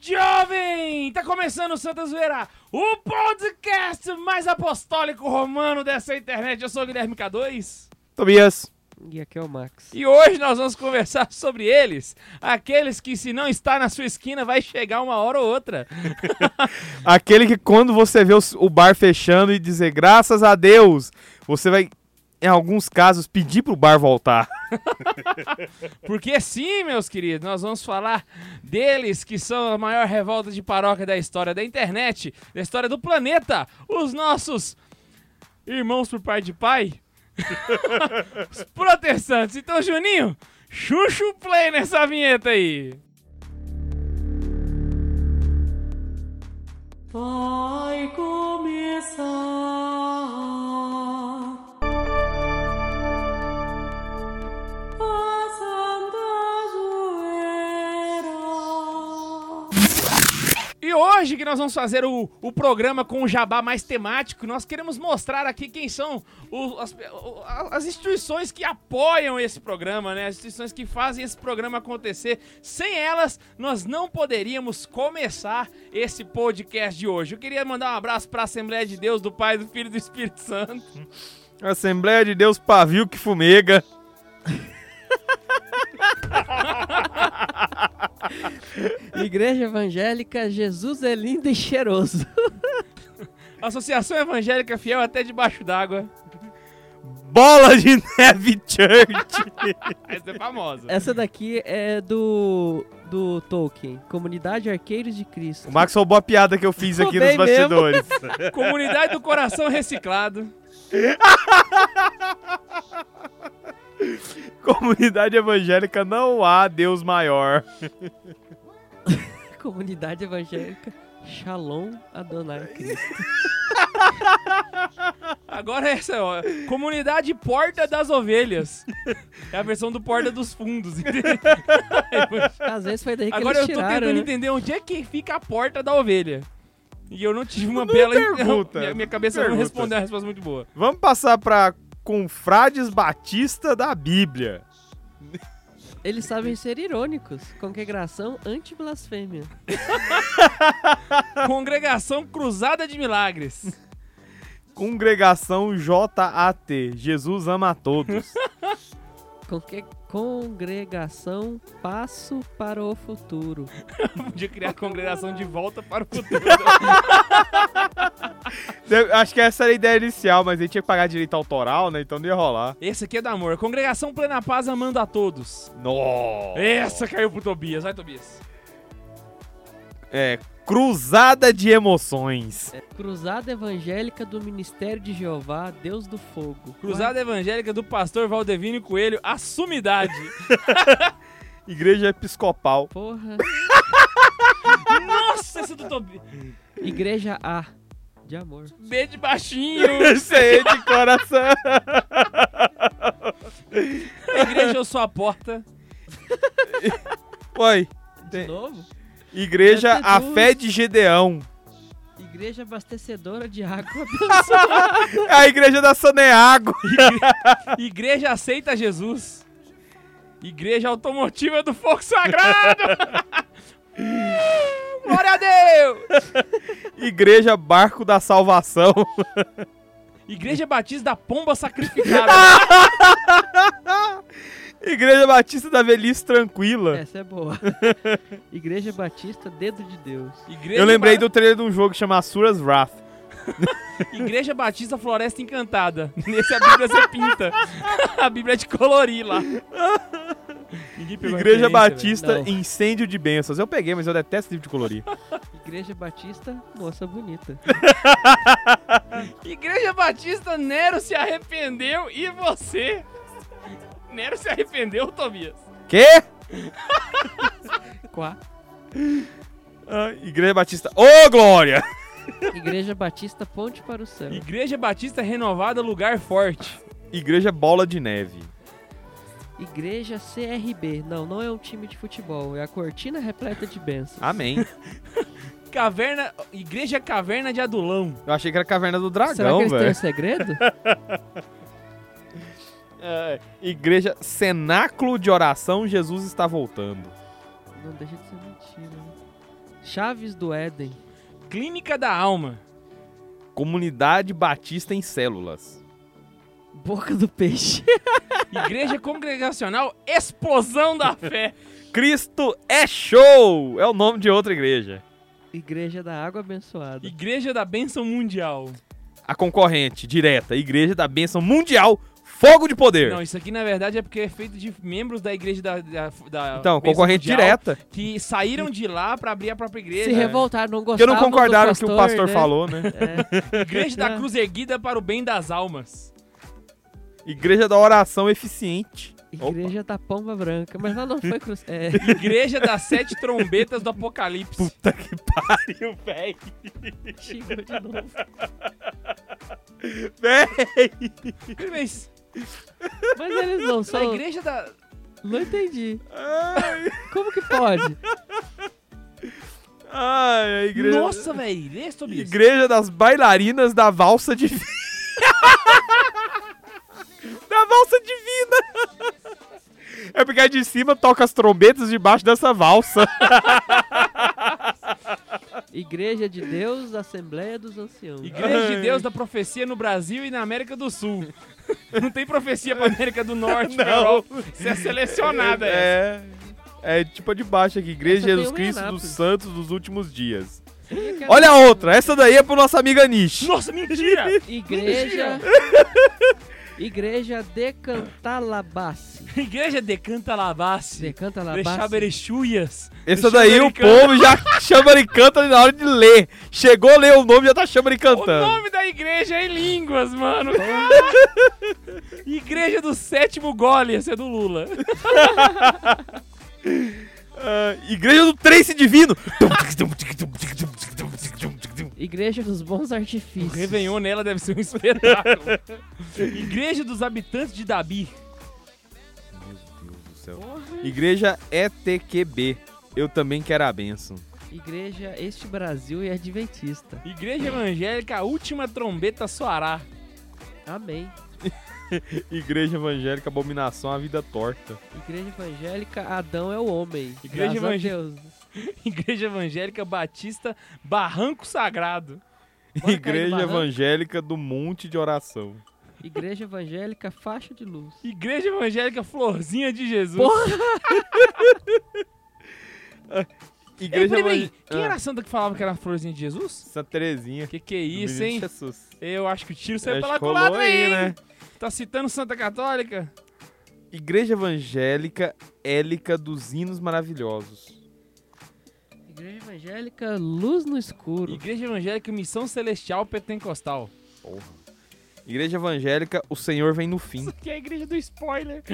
Jovem! Tá começando o Santa Zoeira, o podcast mais apostólico romano dessa internet. Eu sou o Guilherme K2 Tobias. E aqui é o Max. e hoje nós vamos conversar sobre eles, aqueles que se não está na sua esquina vai chegar uma hora ou outra. Aquele que quando você vê os- o bar fechando e dizer graças a Deus, você vai, em alguns casos, pedir pro bar voltar. Porque sim, meus queridos, nós vamos falar deles que são a maior revolta de paróquia da história da internet, da história do planeta, os nossos irmãos por pai de pai, os protestantes. Então, Juninho, chucha o play nessa vinheta aí. Vai começar a Santa Zoeira. E hoje que nós vamos fazer o, o programa com o jabá mais temático, nós queremos mostrar aqui quem são o- as, pe- o- a- as instituições que apoiam esse programa, né? As instituições que fazem esse programa acontecer. Sem elas, nós não poderíamos começar esse podcast de hoje. Eu queria mandar um abraço para a Assembleia de Deus, do Pai, do Filho e do Espírito Santo. Assembleia de Deus, pavio que fumega. Igreja Evangélica, Jesus é lindo e cheiroso. Associação Evangélica Fiel até debaixo d'água. Bola de neve church. Essa é famosa. Essa daqui é do do Tolkien, Comunidade Arqueiros de Cristo. o Max roubou a piada que eu fiz aqui nos Roubei mesmo. bastidores. Comunidade do Coração Reciclado. Comunidade evangélica não há Deus maior. Comunidade Evangélica, Shalom É Adonai Cristo. Agora é essa, ó. Comunidade Porta das Ovelhas. É a versão do Porta dos Fundos, entendeu? Às vezes foi daí que Agora eu eles tô tiraram. né? tentando entender onde é que fica a porta da ovelha. E eu não tive uma bela. pergunta, minha, minha cabeça não pergunta. respondeu uma resposta muito boa. Vamos passar pra Confrades Batista da Bíblia. Eles sabem ser irônicos, congregação anti-blasfêmia. Congregação Cruzada de Milagres. Congregação JAT. Jesus ama a todos. Conque- Congregação Passo para o Futuro. Podia criar a congregação de volta para o futuro. Deve- Acho que essa era a ideia inicial, mas ele tinha que pagar direito autoral, né? Então não ia rolar. Esse aqui é do amor. Congregação Plena Paz amando a todos. Nossa! Essa caiu pro Tobias. Vai, Tobias. É, cruzada de emoções. É. Cruzada Evangélica do Ministério de Jeová, Deus do Fogo. Cruzada Evangélica do Pastor Valdevino Coelho. A sumidade. Igreja episcopal. Porra. Nossa, esse é do Tobias. Igreja A, de amor. B de baixinho. Cheia de coração. Igreja eu sou a porta. Oi. De novo? Igreja Deve ter A duas. Fé de Gedeão. Igreja abastecedora de água. É a igreja da Saneago. Igreja aceita Jesus. Igreja automotiva do fogo sagrado. Uh, Glória a Deus. Igreja Barco da Salvação. Igreja Batista da Pomba Sacrificada. Igreja Batista da Velhice Tranquila. Essa é boa. Igreja Batista, dedo de Deus. Igreja Eu lembrei Ba- do trailer de um jogo que chama Asuras Wrath. Igreja Batista Floresta Encantada. Nesse a Bíblia você pinta. A Bíblia é de colorir lá. Ninguém pegou a referência, Igreja Batista velho. Não. Incêndio de Bênçãos. Eu peguei, mas eu detesto livro de colorir. Igreja Batista, moça bonita. velho. Igreja Batista Nero se arrependeu e você. Nero se arrependeu, Tobias. Quê? Quá. Ah, igreja Batista. Ô, Glória! Igreja Batista, ponte para o céu. Igreja Batista Renovada Lugar Forte. Igreja Bola de Neve. Igreja CRB. Não, não é um time de futebol. É a cortina repleta de bênçãos. Amém. Caverna. Igreja Caverna de Adulão. Eu achei que era Caverna do Será que Dragão, eles têm um velho. segredo? É, igreja Cenáculo de Oração, Jesus está voltando. não, deixa de ser mentira. né? Chaves do Éden. Clínica da Alma. Comunidade Batista em Células. Boca do Peixe. Igreja Congregacional Explosão da Fé. Cristo é show! É o nome de outra igreja. Igreja da Água Abençoada. Igreja da Bênção Mundial. A concorrente direta, Igreja da Bênção Mundial, Fogo de Poder. Não, isso aqui na verdade é porque é feito de membros da Igreja da. da, da então, Bênção concorrente Mundial direta. Que saíram de lá pra abrir a própria igreja. Se revoltaram, não é. Porque gostaram não concordaram do com o que o pastor né? falou, né? Igreja da Cruz Erguida para o Bem das Almas. Igreja da Oração Eficiente. Igreja da Pomba Branca. Mas lá não foi cruz... É, Igreja das Sete Trombetas do Apocalipse. Puta que pariu, velho. chegou de novo. Mas Mas eles não a são... é igreja da. Não entendi. Como que pode? Ai, a igreja. Nossa, velho, lê sobre isso. Igreja das bailarinas da valsa de vida. da valsa de vida. É porque a de cima toca as trombetas debaixo dessa valsa. Igreja de Deus, Assembleia dos Anciãos. Igreja de Deus da profecia no Brasil e na América do Sul. Não tem profecia pra América do Norte, pra Não. Europa. Você é selecionada. essa. é. É tipo a de baixo aqui, Igreja Essa tem Jesus uma em Cristo dos Anápolis. Santos dos Últimos Dias. Eu é quero- Olha a outra, essa daí é pro nosso amiga Nish. Nossa, mentira! Igreja. Igreja de Cantalabasse. Igreja decanta De lavasse. Deixar Cantalabasse. berechulhas. Essa daí é o povo já chama e canta na hora de ler. Chegou a ler o nome já tá chamando e O cantando. nome da igreja é em línguas, mano. igreja do sétimo gole, essa é do Lula. Ah, igreja do Trace Divino. Igreja dos Bons O Artifícios. Réveillon nela deve ser um espetáculo. igreja dos habitantes de Dabi. Igreja ETQB. Eu também quero a benção. Igreja Este Brasil e Adventista. Igreja evangélica, a última trombeta soará. Amém. Igreja evangélica, abominação, a vida torta. Igreja Evangélica, Adão é o homem. Igreja Graças a evangé- Deus. Igreja evangélica batista, barranco sagrado. Bora cair no Igreja barranco. evangélica do monte de oração. Igreja Evangélica, Faixa de Luz. Igreja evangélica, florzinha de Jesus. Porra, Ei, peraí, Igreja peraí. evangélica. Quem era a santa que falava que era a florzinha de Jesus? Santa Terezinha. Que que é do isso, menino hein? Jesus. Eu acho que o tiro saiu Acho pela que rolou culatra aí, aí, hein? né? Tá citando Santa Católica? Igreja evangélica, élica dos hinos maravilhosos. Igreja Evangélica, Luz no Escuro. Igreja Evangélica Missão Celestial Pentecostal. Igreja evangélica, o Senhor vem no fim. Isso aqui é a igreja do spoiler.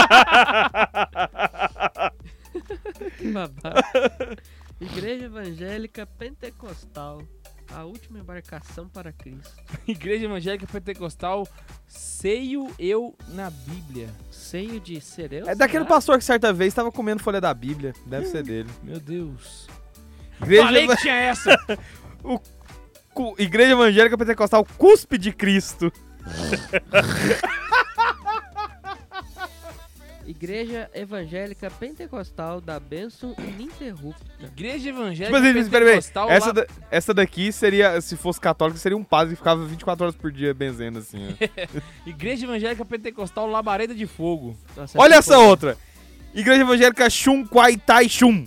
Que babaca. Igreja Evangélica Pentecostal, a última embarcação para Cristo. igreja Evangélica Pentecostal, seio eu na Bíblia. Seio de ser eu? É daquele será? pastor que certa vez estava comendo folha da Bíblia. Deve ser dele. Meu Deus. Igreja, Falei eva- que tinha essa. cu- Igreja evangélica pentecostal, cuspe de Cristo. Igreja Evangélica Pentecostal da Bênção Ininterrupta. igreja Tipo Evangélica assim, espera aí, Pentecostal essa, lá- da- essa daqui seria, se fosse católico, seria um padre que ficava 24 horas por dia benzendo assim. ó. Igreja Evangélica Pentecostal Labareda de Fogo. Nossa, Olha essa essa foi- outra. Igreja evangélica Shun Kwai Tai Shun.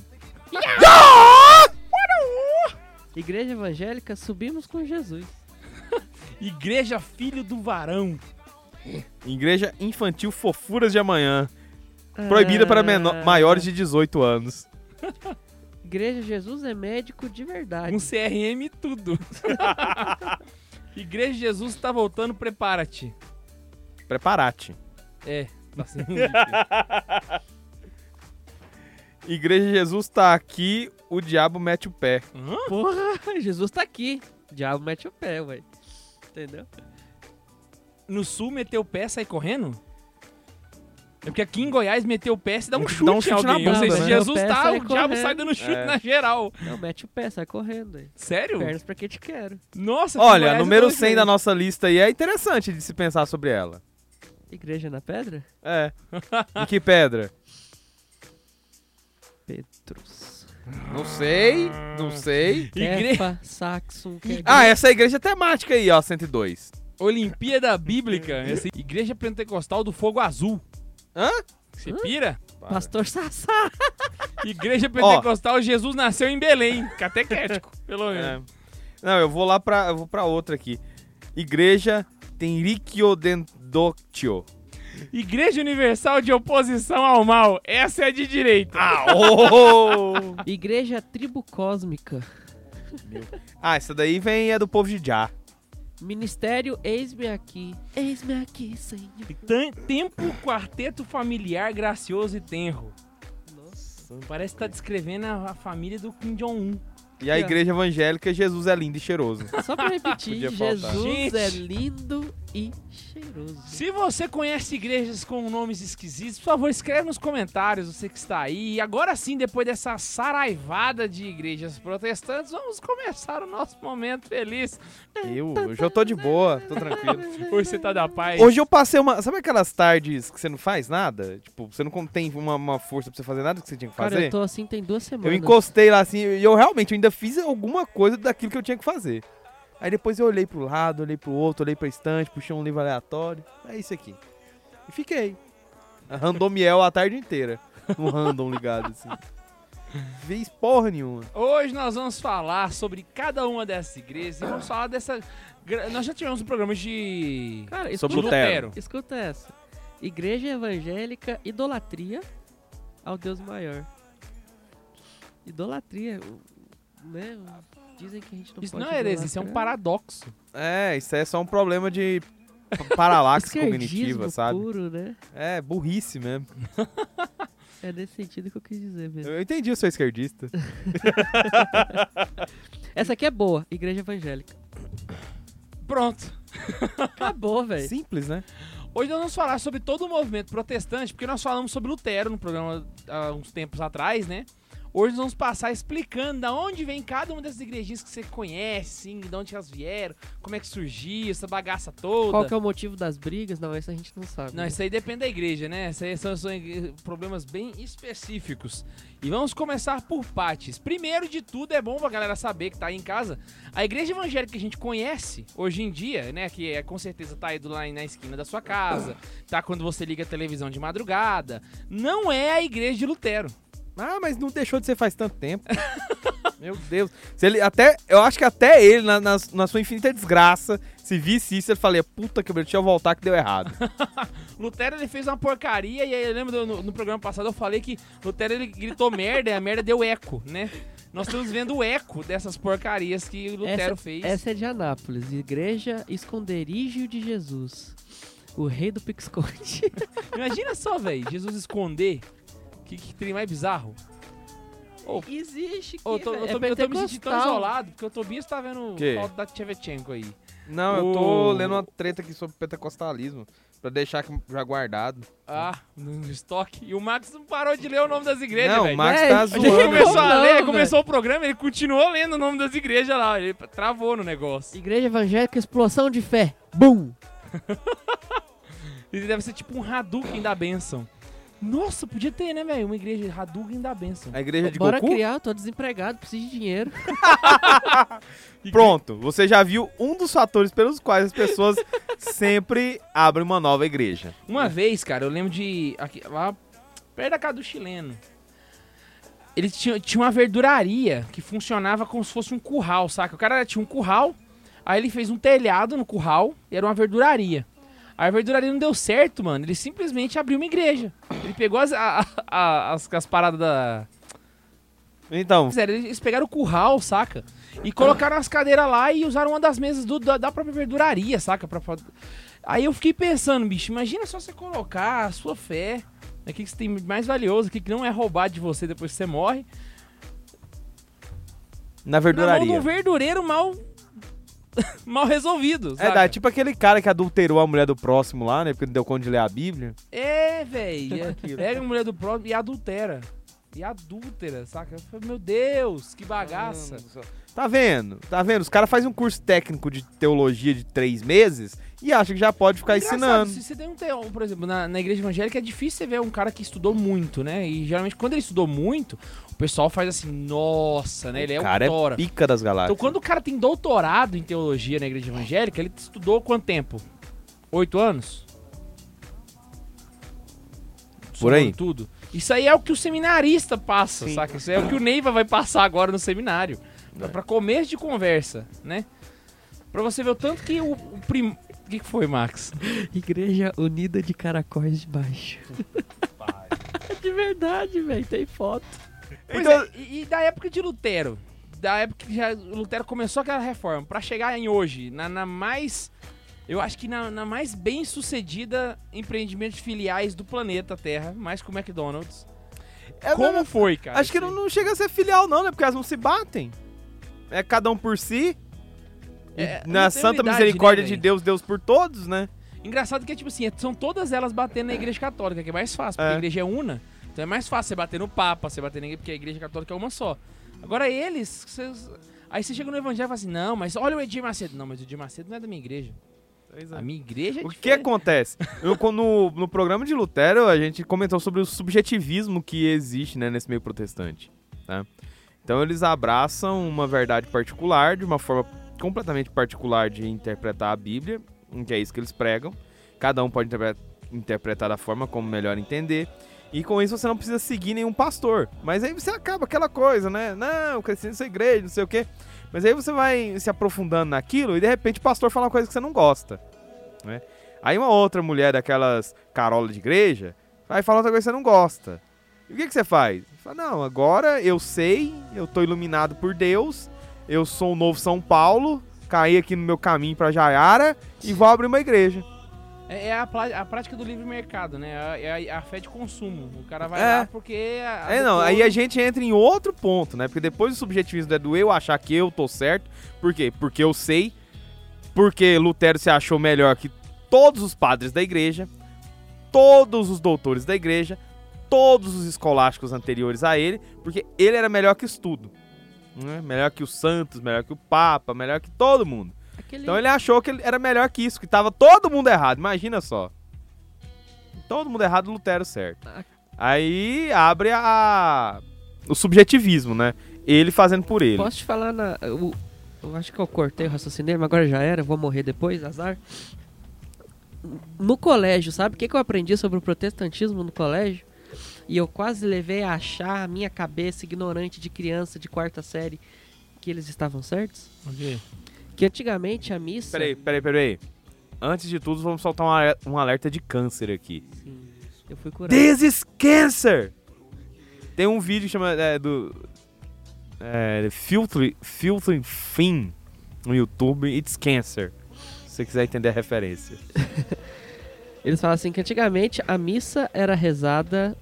Igreja Evangélica Subimos com Jesus. Igreja Filho do Varão. Igreja infantil Fofuras de Amanhã. Proibida para menor- Ah, maiores de 18 anos. Igreja Jesus é médico de verdade. Um CRM e tudo. igreja Jesus tá voltando, prepara-te. Preparate. É, tá sendo Igreja Jesus tá aqui, o diabo mete o pé. Hã? Porra, Jesus tá aqui. O diabo mete o pé, ué. Entendeu? No sul, meter o pé, sai correndo? É porque aqui em Goiás, meter o pé, se dá um Dá chute, um em chute na alguém. Ou bunda, seja, né? Jesus Meter o pé, tá, sai o diabo correndo. sai dando chute É. na geral. Não, mete o pé, sai correndo aí. Sério? Pernas pra que te quero. Nossa, aqui é em Olha, Goiás eu número tô 100 da nossa lista aí é interessante de se pensar sobre ela. Igreja na pedra? É. E que pedra? Petrus. Não sei, não sei. Igre... Tefa, Saxon. que- Ah, essa é a igreja temática aí, ó, 102. Olimpíada Bíblica. Essa Igreja Pentecostal do Fogo Azul. Hã? Você Hã? pira? Pastor Sassá. Igreja Pentecostal Jesus nasceu em Belém. Catequético, pelo menos. É. Não, eu vou lá pra, eu vou pra outra aqui. Igreja Tenrikyo Dendoctio. É. Igreja Universal de Oposição ao Mal. Essa é de direita. Ah, oh! Igreja Tribo Cósmica. ah, essa daí vem é do povo de Já. Ministério, eis-me aqui. Eis-me aqui, Senhor. Tan- Tempo, quarteto familiar gracioso e tenro. Nossa. Parece que tá descrevendo a, a família do Kim Jong-un. E a igreja evangélica Jesus é lindo e cheiroso. Só pra repetir, Podia faltar. Jesus Gente. é lindo e cheiroso. Se você conhece igrejas com nomes esquisitos, por favor, escreve nos comentários, você que está aí. E agora sim, depois dessa saraivada de igrejas protestantes, vamos começar o nosso momento feliz. Eu, eu já tô de boa, tô tranquilo. Hoje você tá da paz. Hoje eu passei uma. Sabe aquelas tardes que você não faz nada? Tipo, você não con- tem uma, uma força pra você fazer nada que você tinha que Cara, eu fazer? tô assim tem duas eu semanas. encostei lá assim e eu realmente eu ainda fiz alguma coisa daquilo que eu tinha que fazer. Aí depois eu olhei pro lado, olhei pro outro, olhei pra estante, puxei um livro aleatório. É isso aqui. E fiquei. Randomiel a tarde inteira. No random ligado, assim. Fiz porra nenhuma. Hoje nós vamos falar sobre cada uma dessas igrejas e vamos falar dessa. gra- Nós já tivemos um programa de. Cara, Sobre escuta- Lutero. Escuta essa. Igreja evangélica, idolatria ao Deus maior. Idolatria, o- né? o- Dizem que a gente não Isso pode não é heresia, isso é um idolatrar. paradoxo. É, isso aí é só um problema de paralaxe Esquerdismo cognitiva, sabe? puro, né? É, burrice mesmo. É nesse sentido que eu quis dizer mesmo. Eu entendi o seu esquerdista. Essa aqui é boa, igreja evangélica. Pronto. Acabou, velho. Simples, né? Hoje nós vamos falar sobre todo o movimento protestante, porque nós falamos sobre Lutero no programa há uns tempos atrás, né? Hoje nós vamos passar explicando da onde vem cada uma dessas igrejinhas que você conhece, sim, de onde elas vieram, como é que surgiu, essa bagaça toda. Qual que é o motivo das brigas? Não, isso a gente não sabe. Não, né? isso aí depende da igreja, né? Isso aí são, são igre- problemas bem específicos. E vamos começar por partes. Primeiro de tudo, é bom pra galera saber que tá aí em casa. A igreja evangélica que a gente conhece hoje em dia, né? Que é, com certeza tá aí do lá na esquina da sua casa, tá quando você liga a televisão de madrugada. Não é a igreja de Lutero. Ah, mas não deixou de ser faz tanto tempo. Meu Deus. Se ele, até, eu acho que até ele, na, na- na sua infinita desgraça, se visse isso, ele falaria, puta que pariu, deixa eu voltar que deu errado. Lutero ele fez uma porcaria e aí eu lembro do- no, no programa passado eu falei que Lutero ele gritou merda e a merda deu eco, né? Nós estamos vendo o eco dessas porcarias que Lutero fez. Essa é de Anápolis, Igreja Esconderijo de Jesus. O rei do Pixconde. Imagina só, velho, Jesus esconder. Que, que trem mais bizarro. Ô, Existe que, Ô, eu, tô, eu, velho, tô, é eu tô me sentindo tão pentecostal. isolado, porque o Tobias tá vendo Que? foto da Tchevchenko aí. Não, eu tô O- lendo uma treta aqui sobre pentecostalismo, pra deixar aqui já guardado. Ah, no estoque. E o Max não parou de ler o nome das igrejas, não, velho. o Max Véi, tá A gente zoando. começou a Não, ler, velho. começou o programa, ele continuou lendo o nome das igrejas lá. Ele travou no negócio. Igreja Evangélica Explosão de Fé. Bum! Ele deve ser tipo um Hadouken da benção. Nossa, podia ter, né, velho? Uma igreja Hadouken da benção. A igreja É de Bora Goku? criar, eu tô desempregado, preciso de dinheiro. Pronto, você já viu um dos fatores pelos quais as pessoas sempre abrem uma nova igreja. Uma vez, cara, eu lembro de. Aqui, lá perto da casa do chileno. Ele tinha, tinha uma verduraria que funcionava como se fosse um curral, saca? O cara tinha um curral, aí ele fez um telhado no curral e era uma verduraria. Aí a verduraria não deu certo, mano. Ele simplesmente abriu uma igreja. Ele pegou as, a- a- as, as paradas da. Então, Sério, eles pegaram o curral, saca? E colocaram as cadeiras lá e usaram uma das mesas do- da, da própria verduraria, saca? Pra, pra- Aí eu fiquei pensando, bicho, imagina só você colocar a sua fé, né, o que, que você tem mais valioso, o que, que não é roubado de você depois que você morre, na mão na de verduraria. um verdureiro mal, mal resolvido, É, saca? dá, tipo aquele cara que adulterou a mulher do próximo lá, né? Porque não deu conta de ler a Bíblia. É, velho. é- pega a mulher do próprio e adultera. e adúltera, saca? Eu falei, meu Deus, que bagaça. Tá vendo? Tá vendo? Os caras fazem um curso técnico de teologia de três meses e acham que já pode ficar Engraçado, ensinando. Se você tem um teólogo, por exemplo, na, na igreja evangélica é difícil você ver um cara que estudou muito, né? E geralmente quando ele estudou muito, o pessoal faz assim, nossa, né? Ele é o um cara tora. é pica das galáxias. Então quando o cara tem doutorado em teologia na igreja evangélica, ele estudou quanto tempo? Oito anos? Por aí. Somando Tudo. Isso aí é o que o seminarista passa, saca? Isso aí é o que o Neiva vai passar agora no seminário. É. Pra, pra começo de conversa, né? Pra você ver o tanto que o, o prim... O que que foi, Max? Igreja Unida de Caracóis de Baixo. de verdade, velho. Tem foto. Pois Então- é, e, e da época de Lutero, da época que já Lutero começou aquela reforma, pra chegar em hoje, na, na mais, eu acho que na, na mais bem sucedida empreendimento de filiais do planeta Terra, mais que o McDonald's. É, Como assim? não- foi, cara? Acho que não, não chega a ser filial, não, né? Porque elas não se batem. É cada um por si. É, E não na tem santa unidade, misericórdia né, de velho? Deus, Deus por todos, né? Engraçado que é tipo assim, são todas elas batendo na igreja católica, que é mais fácil, porque É. a igreja é una. Então é mais fácil você bater no Papa, você bater ninguém, porque a igreja católica é uma só. Agora eles, vocês- aí você chega no evangelho e fala assim, não, mas olha o Edir Macedo. Não, mas o Edir Macedo não é da minha igreja. A minha igreja é O que diferente. acontece? Eu, quando- no, no programa de Lutero, a gente comentou sobre o subjetivismo que existe né, nesse meio protestante. né? Então eles abraçam uma verdade particular, de uma forma completamente particular de interpretar a Bíblia, em que é isso que eles pregam. Cada um pode interpre- interpretar da forma como melhor entender. E com isso você não precisa seguir nenhum pastor. Mas aí você acaba aquela coisa, né? Não, eu cresci nessa igreja, não sei o quê. Mas aí você vai se aprofundando naquilo e de repente o pastor fala uma coisa que você não gosta. Aí uma outra mulher daquelas carola de igreja vai falar outra coisa que você não gosta. E o que, que você faz? Você Fala, não, agora eu sei, eu tô iluminado por Deus, eu sou o novo São Paulo, caí aqui no meu caminho pra Jaiara e vou abrir uma igreja. É é a, plá- a prática do livre mercado, né? É a, é a fé de consumo. O cara vai É. lá porque. a- a É, não, doutora- aí a gente entra em outro ponto, né? Porque depois o subjetivismo é do eu achar que eu tô certo. Por quê? Porque eu sei. Porque Lutero se achou melhor que todos os padres da igreja, todos os doutores da igreja, todos os escolásticos anteriores a ele, porque ele era melhor que isso tudo. né? Melhor que os santos, melhor que o Papa, melhor que todo mundo. Aquele Então ele achou que ele era melhor que isso, que tava todo mundo errado, imagina só. Todo mundo errado, Lutero certo. Ah. Aí abre a o subjetivismo, né? Ele fazendo por ele. Posso te falar na. Eu, eu acho que eu cortei o raciocínio, mas agora já era, eu vou morrer depois, azar. No colégio, sabe o que, que eu aprendi sobre o protestantismo no colégio? E eu quase levei a achar a minha cabeça ignorante de criança de quarta série que eles estavam certos? Que antigamente a missa. Peraí, peraí, peraí. Antes de tudo, vamos soltar um ale- um alerta de câncer aqui. Sim, eu fui curado. This is cancer! Tem um vídeo que chama é, do é, Filtering Filtering Fin no YouTube, It's Cancer. Se você quiser entender a referência. Eles falam assim que antigamente a missa era rezada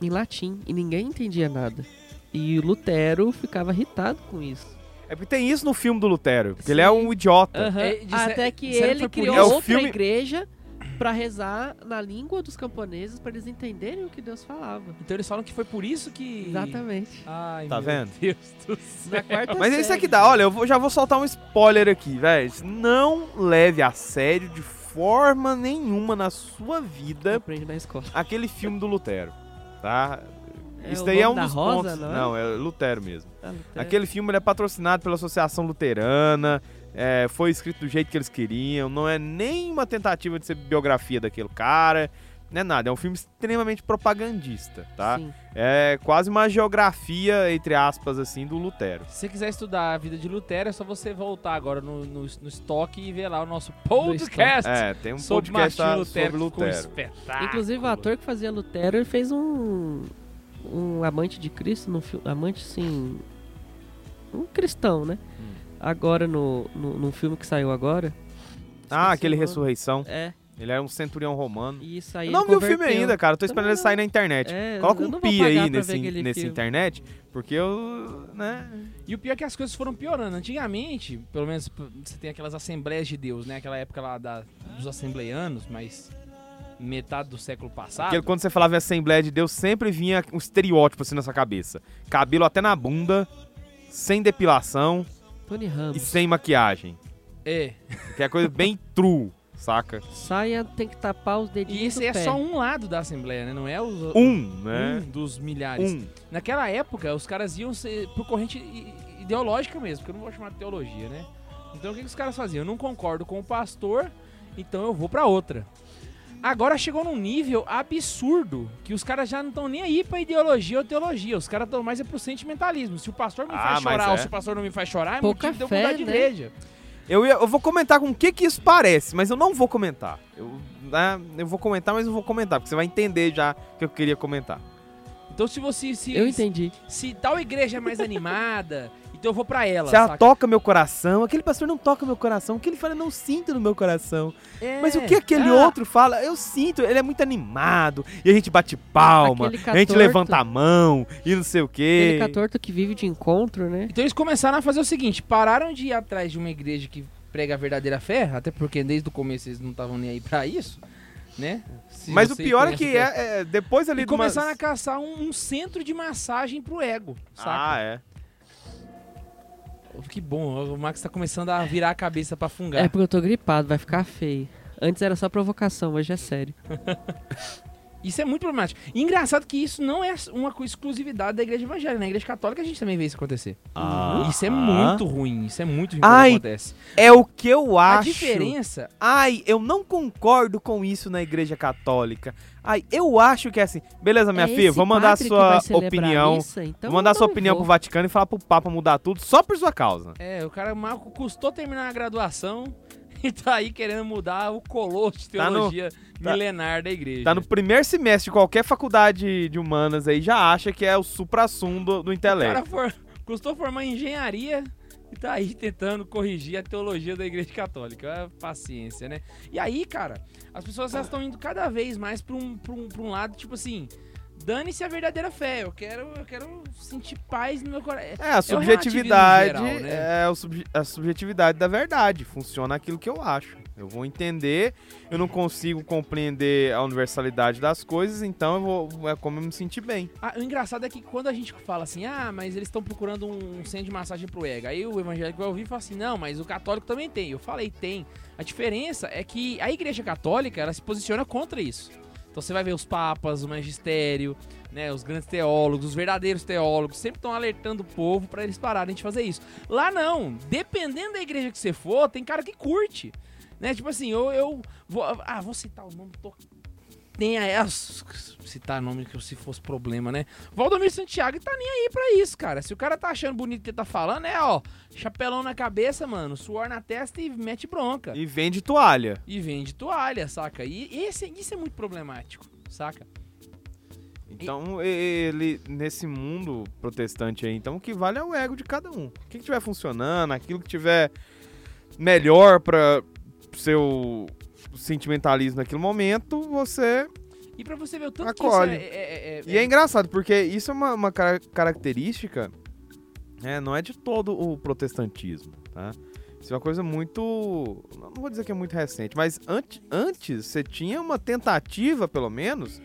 em latim e ninguém entendia nada. E o Lutero ficava irritado com isso. É porque tem isso no filme do Lutero, porque ele Sim. é um idiota. Aham. É, de cer- Ah, Até que disseram que ele foi por criou isso. É o outra filme- igreja pra rezar na língua dos camponeses pra eles entenderem o que Deus falava. Então eles falam que foi por isso que. Exatamente. Ai, Tá meu vendo? Deus do céu. Na quarta Mas é isso série. aqui dá, olha, eu vou- já vou soltar um spoiler aqui, velho. Não leve a sério de forma nenhuma na sua vida Aprende na escola. aquele filme do Lutero, tá? É isso o daí é um nome da dos Rosa, pontos. não é? não, é Lutero mesmo. Ah, Lutero. Aquele filme ele é patrocinado pela Associação Luterana, é, foi escrito do jeito que eles queriam, não é nenhuma tentativa de ser biografia daquele cara, não é nada, é um filme extremamente propagandista, tá? Sim. É quase uma geografia, entre aspas, assim, do Lutero. Se você quiser estudar a vida de Lutero, é só você voltar agora no, no, no estoque e ver lá o nosso podcast É, tem um sobre podcast Martinho a- Lutero. sobre que ficou um Lutero. espetáculo. Inclusive o ator que fazia Lutero ele fez um um amante de Cristo no filme, amante sim, um cristão, né? Hum. Agora no, no, num filme que saiu agora. Ah, Esqueci aquele o nome. Ressurreição, É, ele era um centurião romano. e isso aí. Eu não ele vi o filme converteu. ainda, cara, eu tô esperando Também ele sair na internet. É, Coloca eu um não vou pi pagar aí pra nesse, ver aquele nesse filme. internet, porque eu, né... E o pior é que as coisas foram piorando. Antigamente, pelo menos p- você tem aquelas assembleias de Deus, né? Aquela época lá da- dos assembleianos, mas metade do século passado. Porque quando você falava em Assembleia de Deus, sempre vinha um estereótipo assim na sua cabeça. Cabelo até na bunda, sem depilação Tony e Ramos. sem maquiagem. É. Que é coisa bem true, saca? Saia tem que tapar os dedinhos E esse do é pé. só um lado da Assembleia, né? Não é os, Um, né? um dos Hum, milhares. Um. Naquela época, os caras iam ser por corrente i- ideológica mesmo, porque eu não vou chamar de teologia, né? Então o que, que os caras faziam? Eu não concordo com o pastor, então eu vou pra outra. Agora chegou num nível absurdo que os caras já não estão nem aí pra ideologia ou teologia. Os caras estão mais é pro sentimentalismo. Se o pastor me Ah, faz mas chorar ou é. se o pastor não me faz chorar, é Pouca motivo de eu fé, mudar de né? igreja. Eu, ia- eu vou comentar com o que que isso parece, mas eu não vou comentar. Eu, né, eu vou comentar, mas não vou comentar, porque você vai entender já o que eu queria comentar. Então se você. Se, Eu entendi. se tal igreja é mais animada, então eu vou pra ela. Se ela saca? toca meu coração, aquele pastor não toca meu coração, o que ele fala, eu não sinto no meu coração. É. Mas o que aquele Ah, outro fala, eu sinto, ele é muito animado, e a gente bate palma, Aquele a gente catorto. levanta a mão, e não sei o quê. Aquele é catorto que vive de encontro, né? Então eles começaram a fazer o seguinte: pararam de ir atrás de uma igreja que prega a verdadeira fé, até porque desde o começo eles não estavam nem aí pra isso, né? Se Mas o você pior é conhece que o é, é, depois ali E de uma- começaram a caçar um, um centro de massagem pro ego, Ah, saca? é. Que bom, o Max tá começando a virar a cabeça pra fungar. É porque eu tô gripado, vai ficar feio. Antes era só provocação, hoje é sério. Isso é muito problemático. E engraçado que isso não é uma co- exclusividade da igreja evangélica. Na igreja católica a gente também vê isso acontecer. Ah. Isso é muito ruim, isso é muito ruim Ai, quando acontece. É o que eu A acho. diferença Ai, eu não concordo com isso na igreja católica. Ai, eu acho que é assim. Beleza, minha É filha, esse vou mandar a padre que sua vai celebrar opinião. a missa? Então vou mandar a sua não opinião vou. pro Vaticano e falar pro Papa mudar tudo só por sua causa. É, o cara mal custou terminar a graduação e tá aí querendo mudar o colosso de Tá no- teologia milenar da igreja. Tá no primeiro semestre de qualquer faculdade de humanas aí, já acha que é o supra-sumo do, do o cara intelecto. for- custou formar em engenharia e tá aí tentando corrigir a teologia da igreja católica. Ah, Paciência, né? E aí, cara, as pessoas estão indo cada vez mais pra um, pra um, pra um lado, tipo assim, dane-se a verdadeira fé. Eu quero, eu quero sentir paz no meu coração. É, a subjetividade é, relativismo um geral, né? o subje- a subjetividade da verdade. Funciona aquilo que eu acho. Eu vou entender, eu não consigo compreender a universalidade das coisas, então eu vou, é como eu me sentir bem. Ah, o engraçado é que quando a gente fala assim, ah, mas eles estão procurando um centro de massagem pro ego. Aí o evangélico vai ouvir e fala assim, não, mas o católico também tem. Eu falei, tem. A diferença é que a igreja católica, ela se posiciona contra isso. Então você vai ver os papas, o magistério, né, os grandes teólogos, os verdadeiros teólogos, sempre estão alertando o povo pra eles pararem de fazer isso. Lá não, dependendo da igreja que você for, tem cara que curte. Né? Tipo assim, eu, eu vou. Ah, vou citar o nome, tô tem aí as- citar nome que se fosse problema, né? Valdomiro Santiago tá nem aí pra isso, cara. Se o cara tá achando bonito o que tá falando, é ó, chapelão na cabeça, mano, suor na testa e mete bronca. E, E vende toalha. vende toalha, saca? E esse, isso é muito problemático, saca? Então, ele, nesse mundo protestante aí, então o que vale é o ego de cada um. O que, que tiver funcionando, aquilo que tiver melhor pra seu sentimentalismo naquele momento, você. E pra você ver o tanto Acolhe. que isso é- é- é- é- E é engraçado, porque isso é uma, uma cara- característica, né, não é de todo o protestantismo, tá? Isso é uma coisa muito. Não vou dizer que é muito recente, mas ante- antes você tinha uma tentativa, pelo menos,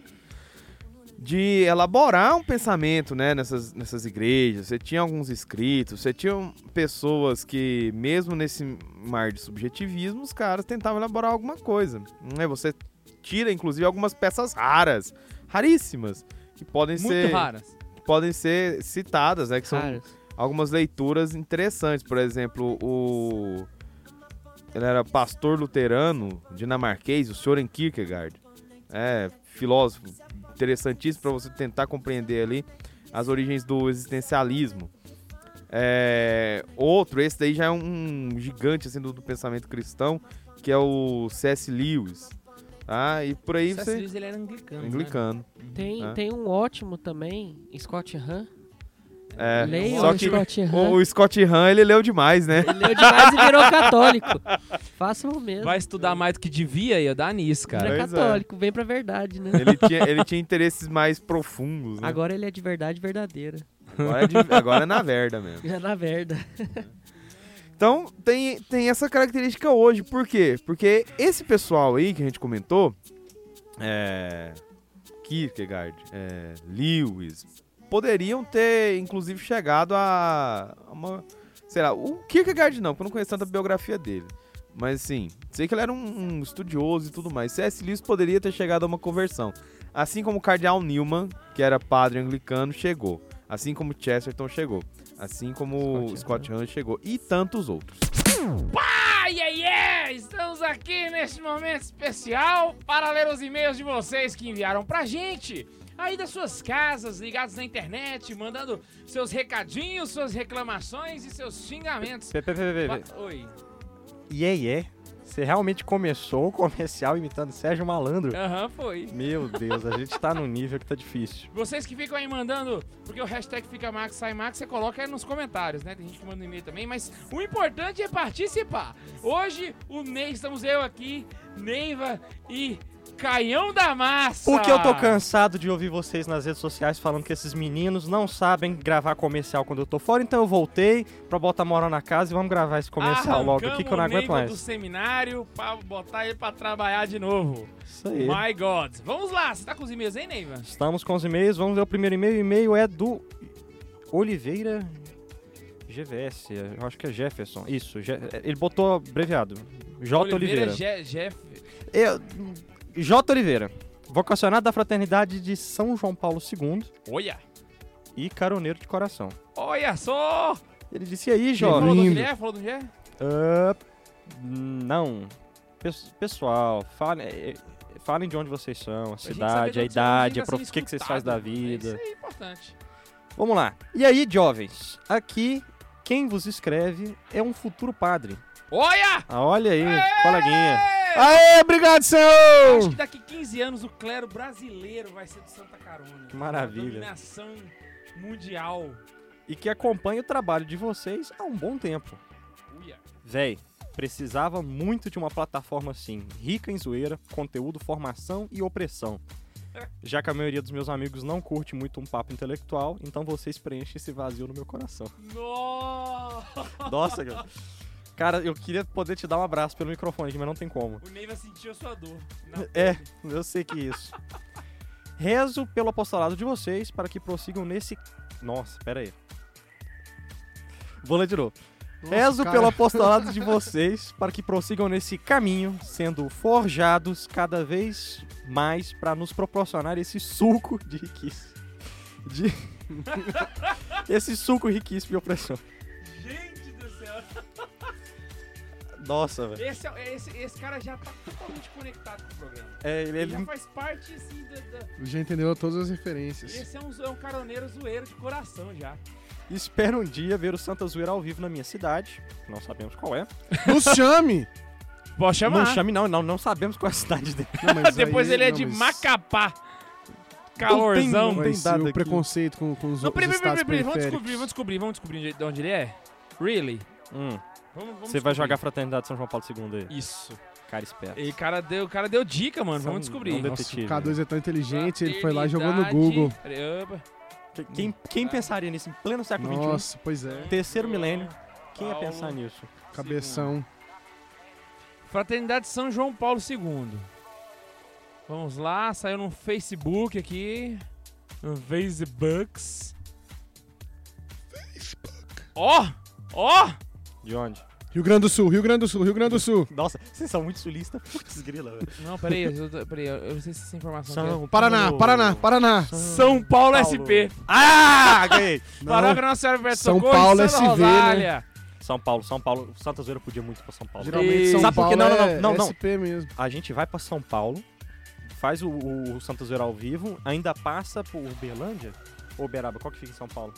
de elaborar um pensamento né, nessas, nessas igrejas. Você tinha alguns escritos, você tinha um- pessoas que, mesmo nesse mar de subjetivismo, os caras tentavam elaborar alguma coisa. Né? Você tira, inclusive, algumas peças raras, raríssimas, que podem, muito ser, raras. que podem ser citadas, né? Que são Caras. algumas leituras interessantes. Por exemplo, o. Ele era pastor luterano dinamarquês, o Søren Kierkegaard. É, filósofo interessantíssimo para você tentar compreender ali as origens do existencialismo. É, outro, esse daí já é um gigante assim, do, do pensamento cristão, que é o C.S. Lewis. Tá? E por aí O C.S. você. Lewis, ele era anglicano. né? Anglicano. Tem, É. tem um ótimo também, Scott Han. É, Leia só o que Scott Han. o, o Scott Han ele leu demais, né? Ele leu demais e virou católico. Faça o mesmo. Vai estudar mais do que devia ia dar nisso, cara. Vira Pois é. católico, vem pra verdade, né? Ele tinha, ele tinha interesses mais profundos, né? Agora ele é de verdade verdadeira. Agora é, de- agora é na verda mesmo. Já na verda. Então, tem, tem essa característica hoje. Por quê? Porque esse pessoal aí que a gente comentou, é, Kierkegaard, é, Lewis, poderiam ter, inclusive, chegado a a uma... Sei lá, o Kierkegaard não, porque eu não conheço tanta biografia dele. Mas, assim, sei que ele era um, um estudioso e tudo mais. C.S. Lewis poderia ter chegado a uma conversão. Assim como o Cardeal Newman, que era padre anglicano, chegou. Assim como Chesterton chegou. Assim como Scott Scott, Hahn chegou. E tantos outros. Ai, ai, ai! Estamos aqui neste momento especial para ler os e-mails de vocês que enviaram pra gente. Aí das suas casas, ligados na internet, mandando seus recadinhos, suas reclamações e seus xingamentos. Pê, pê, pê, pê, pê. Ba- Oi. E aí, é? Você realmente começou o comercial imitando Sérgio Malandro? Aham, foi. Meu Deus, a gente tá num nível que tá difícil. Vocês que ficam aí mandando, porque o hashtag fica Max, sai Max, você coloca aí nos comentários, né? Tem gente que manda um e-mail também, mas o importante é participar. Hoje, o Ney, estamos eu aqui, Neiva e Caião da Massa. Porque eu tô cansado de ouvir vocês nas redes sociais falando que esses meninos não sabem gravar comercial quando eu tô fora, então eu voltei pra botar moral na casa e vamos gravar esse comercial logo aqui que eu não Arrancamos aguento o Neiva do mais. seminário pra botar ele pra trabalhar de novo. Isso aí. My God. Vamos lá, você tá com os e-mails aí, Neiva? Estamos com os e-mails, vamos ler o primeiro e-mail. O e-mail é do Oliveira GVS, eu acho que é Jefferson. Isso, Je- ele botou abreviado. J. Oliveira. Je- Jeff. Eu- J. Oliveira, vocacionado da Fraternidade de São João Paulo II Olha, e caroneiro de coração. olha só. Ele disse "E aí, Falou do jovem. Jeff, falou do Jeff. Ah, não. Pes- pessoal, falem, eh, falem de onde vocês são, a Pra gente saber de cidade, onde são, a pra gente idade, tá a prof... sendo o que, que vocês fazem da escutado. vida. Isso é importante. Vamos lá. E aí, jovens? Aqui, quem vos escreve é um futuro padre. Olha! Ah, olha aí, coleguinha. Aê, obrigado, Acho senhor! que daqui 15 anos o clero brasileiro vai ser do Santa Carona. Que maravilha. Uma Dominação mundial. E que acompanha o trabalho de vocês há um bom tempo. Uia. Véi, precisava muito de uma plataforma assim, rica em zoeira, conteúdo, formação e opressão. Já que a maioria dos meus amigos não curte muito um papo intelectual, então vocês preenchem esse vazio no meu coração. Nossa! Nossa, cara. Cara, eu queria poder te dar um abraço pelo microfone aqui, mas não tem como. O Neiva sentiu a sua dor. na É, pele. eu sei que isso. Rezo pelo apostolado de vocês para que prossigam nesse. Nossa, pera aí. Vou ler de novo. Rezo pelo apostolado de vocês para que prossigam nesse caminho, sendo forjados cada vez mais para nos proporcionar esse suco de riquíssimo. De... esse suco riquíssimo de opressão. Gente do céu. Nossa, velho. Esse, é- esse, esse cara já tá totalmente conectado com o programa. É, ele, Ele ele já faz parte, assim, da... da- Já entendeu todas as referências. Esse é um, zo- é um caroneiro zoeiro de coração já. espera um dia ver o Santa Zoeira ao vivo na minha cidade, que não sabemos qual é. Nos chame! Pode Não chame não, não, não sabemos qual é a cidade dele. Não, mas Depois aí- ele é não, de mas- Macapá. Calorzão. Calorzão. Não tem Mas e dado o aqui. preconceito com, com os Não, outros peraí, peraí, estados peraí, peraí, vamos descobrir, vamos periféricos. descobrir, vamos descobrir de onde ele é? Really? Vamos, vamos Hum. Você vai descobrir. jogar Fraternidade São João Paulo II aí. Isso. Cara esperto. E o cara deu, o cara deu dica, mano. São vamos descobrir. um detetive. O K2 é tão inteligente, ele foi lá e jogou no Google. Fraternidade- Opa. Quem, quem pensaria nisso em pleno século um. XXI? Nossa, pois é. Terceiro milênio. Quem ia Paulo. pensar nisso? Cabeção. Fraternidade São João Paulo II. Vamos lá, saiu no Facebook aqui. No Facebooks. Ó! Ó! De onde? Rio Grande do Sul, Rio Grande do Sul, Rio Grande do Sul. Nossa, vocês são muito sulistas. Putz, grila. velho. Não, peraí, eu, tô- peraí, eu- eu não sei se essa informação aqui São Paraná, Paulo. Paraná, Paraná. é. São Paulo, Paulo. SP. Ah, ganhei. Paróquia Nossa Senhora Perpétua São Socorro, Paulo Santa SV, né? Rosália. São Paulo, São Paulo. Santa Zoeira podia muito pra São Paulo. Geralmente São Sabe por Paulo que- não, não, é não, não, não. SP mesmo. A gente vai pra São Paulo, faz o, o Santa Zoeira ao vivo, ainda passa por Uberlândia? Ou Uberaba, qual que fica em São Paulo?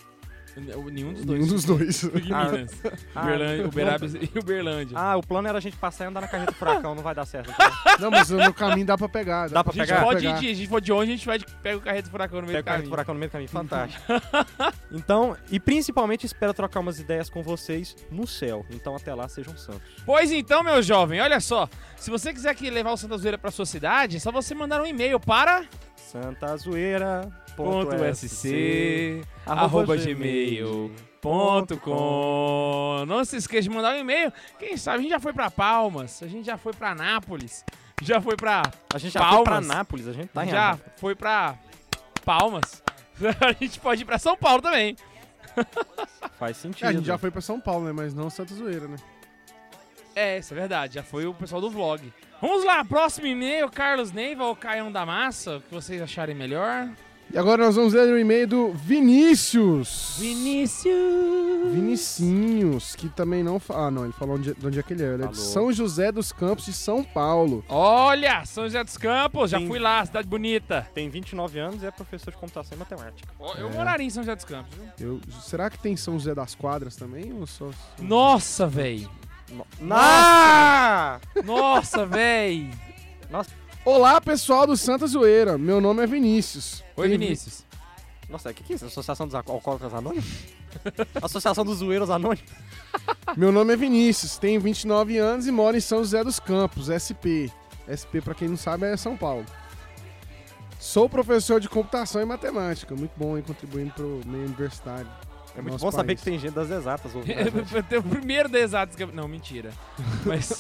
N- Nenhum dos dois. Nenhum Um dos dois. Fica em Ah. Minas. Uberlândia, Uberaba e Uberlândia. Ah, o plano era a gente passar e andar na carreta do furacão, não vai dar certo. Não, mas no caminho dá pra pegar. Dá pra a gente pegar? pode ir de, a gente for de onde, a gente vai de, pega o carreto do furacão no meio Pega do o carreta caminho. do furacão no meio do caminho, fantástico. então, e principalmente espero trocar umas ideias com vocês no céu. Então até lá, sejam santos. Pois então, meu jovem, olha só. Se você quiser que levar o Santa Zoeira pra sua cidade, é só você mandar um e-mail para santazoeira.sc arroba gmail. .com. Não se esqueça de mandar um e-mail. Quem sabe a gente já foi pra Palmas, a gente já foi pra Nápoles, já foi pra A gente já foi pra Palmas. Nápoles, a gente tá em já Nápoles. foi pra Palmas. A gente pode ir pra São Paulo também. Faz É, sentido. a gente já foi pra São Paulo, né? Mas não Santa Zoeira, né? É, isso é verdade. Já foi o pessoal do vlog. Vamos lá, próximo e-mail, Carlos Neiva ou Caião da Massa, o que vocês acharem melhor. E agora nós vamos ler o e-mail do Vinícius. Vinícius! Vinicinhos, que também não fala. Ah, não, ele falou onde, de onde é que ele é. Ele é de Falou. São José dos Campos de São Paulo. Olha, São José dos Campos, já Sim. fui lá, cidade bonita. Tem 29 anos e é professor de computação e matemática. Ó, Eu É. moraria em São José dos Campos. viu? Eu- será que tem São José das Quadras também? assim. Ou só. Nossa, véi! No- Ah! Nossa! Nossa, véi! Olá, pessoal do Santa Zoeira. Meu nome é Vinícius. Oi, Tenho- Vinícius. Nossa, o que, que é isso? Associação dos alco- Alcoólatras Anônimos? Associação dos Zoeiros Anônimos? Meu nome é Vinícius, tenho 29 anos e moro em São José dos Campos, SP. SP, pra quem não sabe, é São Paulo. Sou professor de computação e matemática. Muito bom, hein? Contribuindo pro meio universitário. É muito Nosso bom saber país. que tem gente das exatas ouvindo. a gente. Eu tenho o primeiro da Exatos Campos. Não, mentira. Mas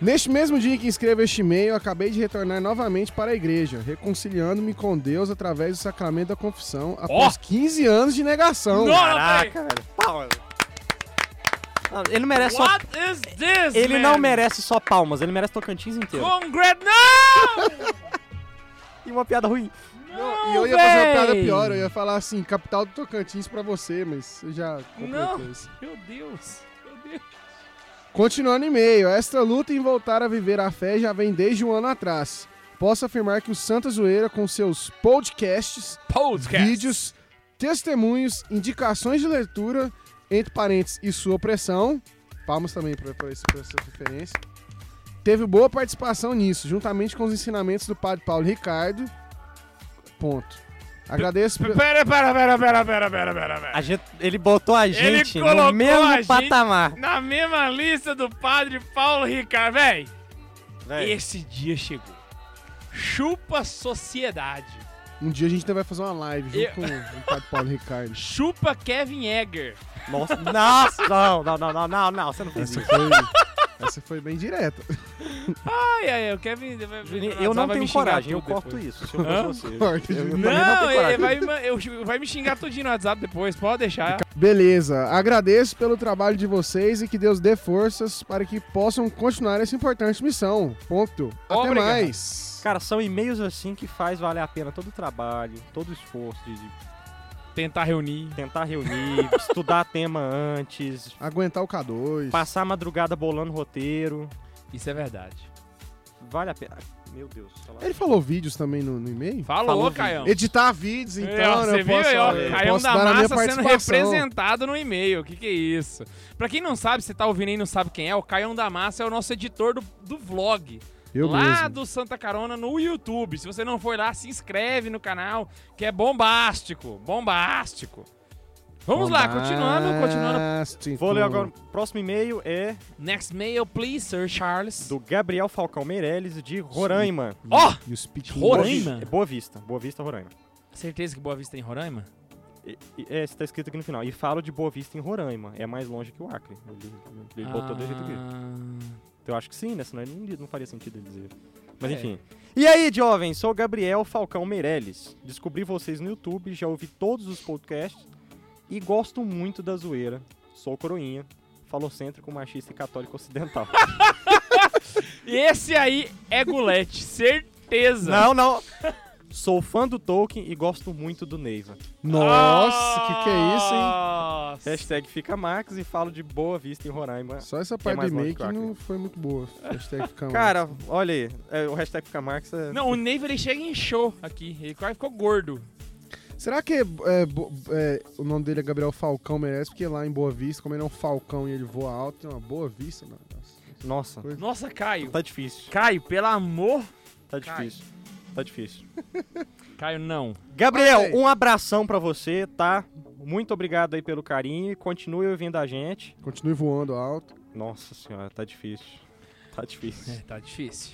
Neste mesmo dia em que escrevo este e-mail, acabei de retornar novamente para a igreja, reconciliando-me com Deus através do sacramento da confissão após 15 anos de negação. Nossa! Caraca, velho. Palmas. Não, Ah, Ele não merece só... What is this? Ele não man? merece só palmas, ele merece Tocantins inteiro. Congrat. Não! E uma piada ruim. Não, e eu ia fazer uma piada véi! pior, eu ia falar assim, capital do Tocantins pra você, mas eu já completou Não. isso. Meu Deus. Meu Deus. Continuando o e-mail, esta luta em voltar a viver a fé já vem desde um ano atrás. Posso afirmar que o Santa Zoeira, com seus podcasts, Podcast. vídeos, testemunhos, indicações de leitura, entre parênteses, e sua pressão, palmas também para essa referência, teve boa participação nisso, juntamente com os ensinamentos do padre Paulo Ricardo. Ponto. Agradeço pela- Pera, pera, pera, pera, pera, pera, pera, pera. A gente, ele botou a Ele gente colocou no mesmo a gente- patamar. Na mesma lista do padre Paulo Ricardo, véi. Véi, Esse dia chegou. Chupa sociedade. Um dia a gente ainda vai fazer uma live junto Eu- com o padre Paulo Ricardo. Chupa Kevin Egger. Nossa, nossa, não, não, não, não, não, não, você não fez Essa isso. foi, essa foi bem direta. Ai, ai, o Kevin. vai- vai- Juninho, vai- Eu não vai me tenho xingar coragem, eu tudo depois. corto isso. Se eu Hã? fosse você. Corta, Eu- eu Juninho. também tenho Não, ele coragem. vai, me- eu- vai me xingar tudinho no WhatsApp depois, pode deixar. Beleza, agradeço pelo trabalho de vocês e que Deus dê forças para que possam continuar essa importante missão. Ponto. Até Obrigado. mais. Cara, são e-mails assim que faz valer a pena todo o trabalho, todo o esforço de, de Tentar reunir. tentar reunir, estudar tema antes, Aguentar o K2. passar a madrugada bolando roteiro. Isso é verdade. Vale a pena. Meu Deus. sei lá. Ele falou vídeos também no, no e-mail? Falou, Falou, Caião. Editar vídeos, então, É, ó, né, você eu viu posso, aí, ó, eu Caião posso da dar a minha Massa sendo participação. representado no e-mail. Que que é isso? Pra quem não sabe, você tá ouvindo aí e não sabe quem é, o Caião da Massa é o nosso editor do, do vlog. Eu lá mesmo. do Santa Carona no YouTube. Se você não for lá, se inscreve no canal, que é bombástico. Bombástico. Vamos lá, continuando, continuando. Fantástico. Vou ler agora. O próximo e-mail é Next mail, please, Sir Charles. do Gabriel Falcão Meirelles, de Roraima. Ó! E os piquinhos. Roraima? É Boa Vista. Boa Vista, Roraima. Certeza que Boa Vista é em Roraima? E- e- É, está escrito aqui no final. E falo de Boa Vista em Roraima. É mais longe que o Acre. Ele, ele botou do jeito que Ah, Então, eu acho que sim, né? Senão ele não, não faria sentido ele dizer. Mas É. enfim. E aí, jovens, sou Gabriel Falcão Meirelles. Descobri vocês no YouTube, já ouvi todos os podcasts e gosto muito da zoeira. Sou coroinha, falocêntrico, machista e católico ocidental. Esse aí é Gulete, certeza. não, não! Sou fã do Tolkien e gosto muito do Neiva. Nossa, o que, que é isso, Ah. hein? Nossa. Hashtag fica Max e falo de Boa Vista em Roraima. Só essa Que é parte do mais e-mail longe que que o Acre. não foi muito boa. Hashtag fica mais. Cara, olha aí, é, o hashtag fica Max é... Não, o Neiva ele chega e inchou aqui. Ele quase ficou gordo. Será que é, bo- é, o nome dele é Gabriel Falcão merece? Porque lá em Boa Vista, como ele é um falcão e ele voa alto, tem uma boa vista, mano. Nossa. Nossa, Nossa, Caio. tá difícil, Caio, pelo amor. tá Cai. difícil, tá difícil. Caio, não. Gabriel, Gostei. um abração pra você, tá? Muito obrigado aí pelo carinho. e Continue ouvindo a gente. Continue voando alto. Nossa senhora, tá difícil. Tá difícil. É, tá difícil.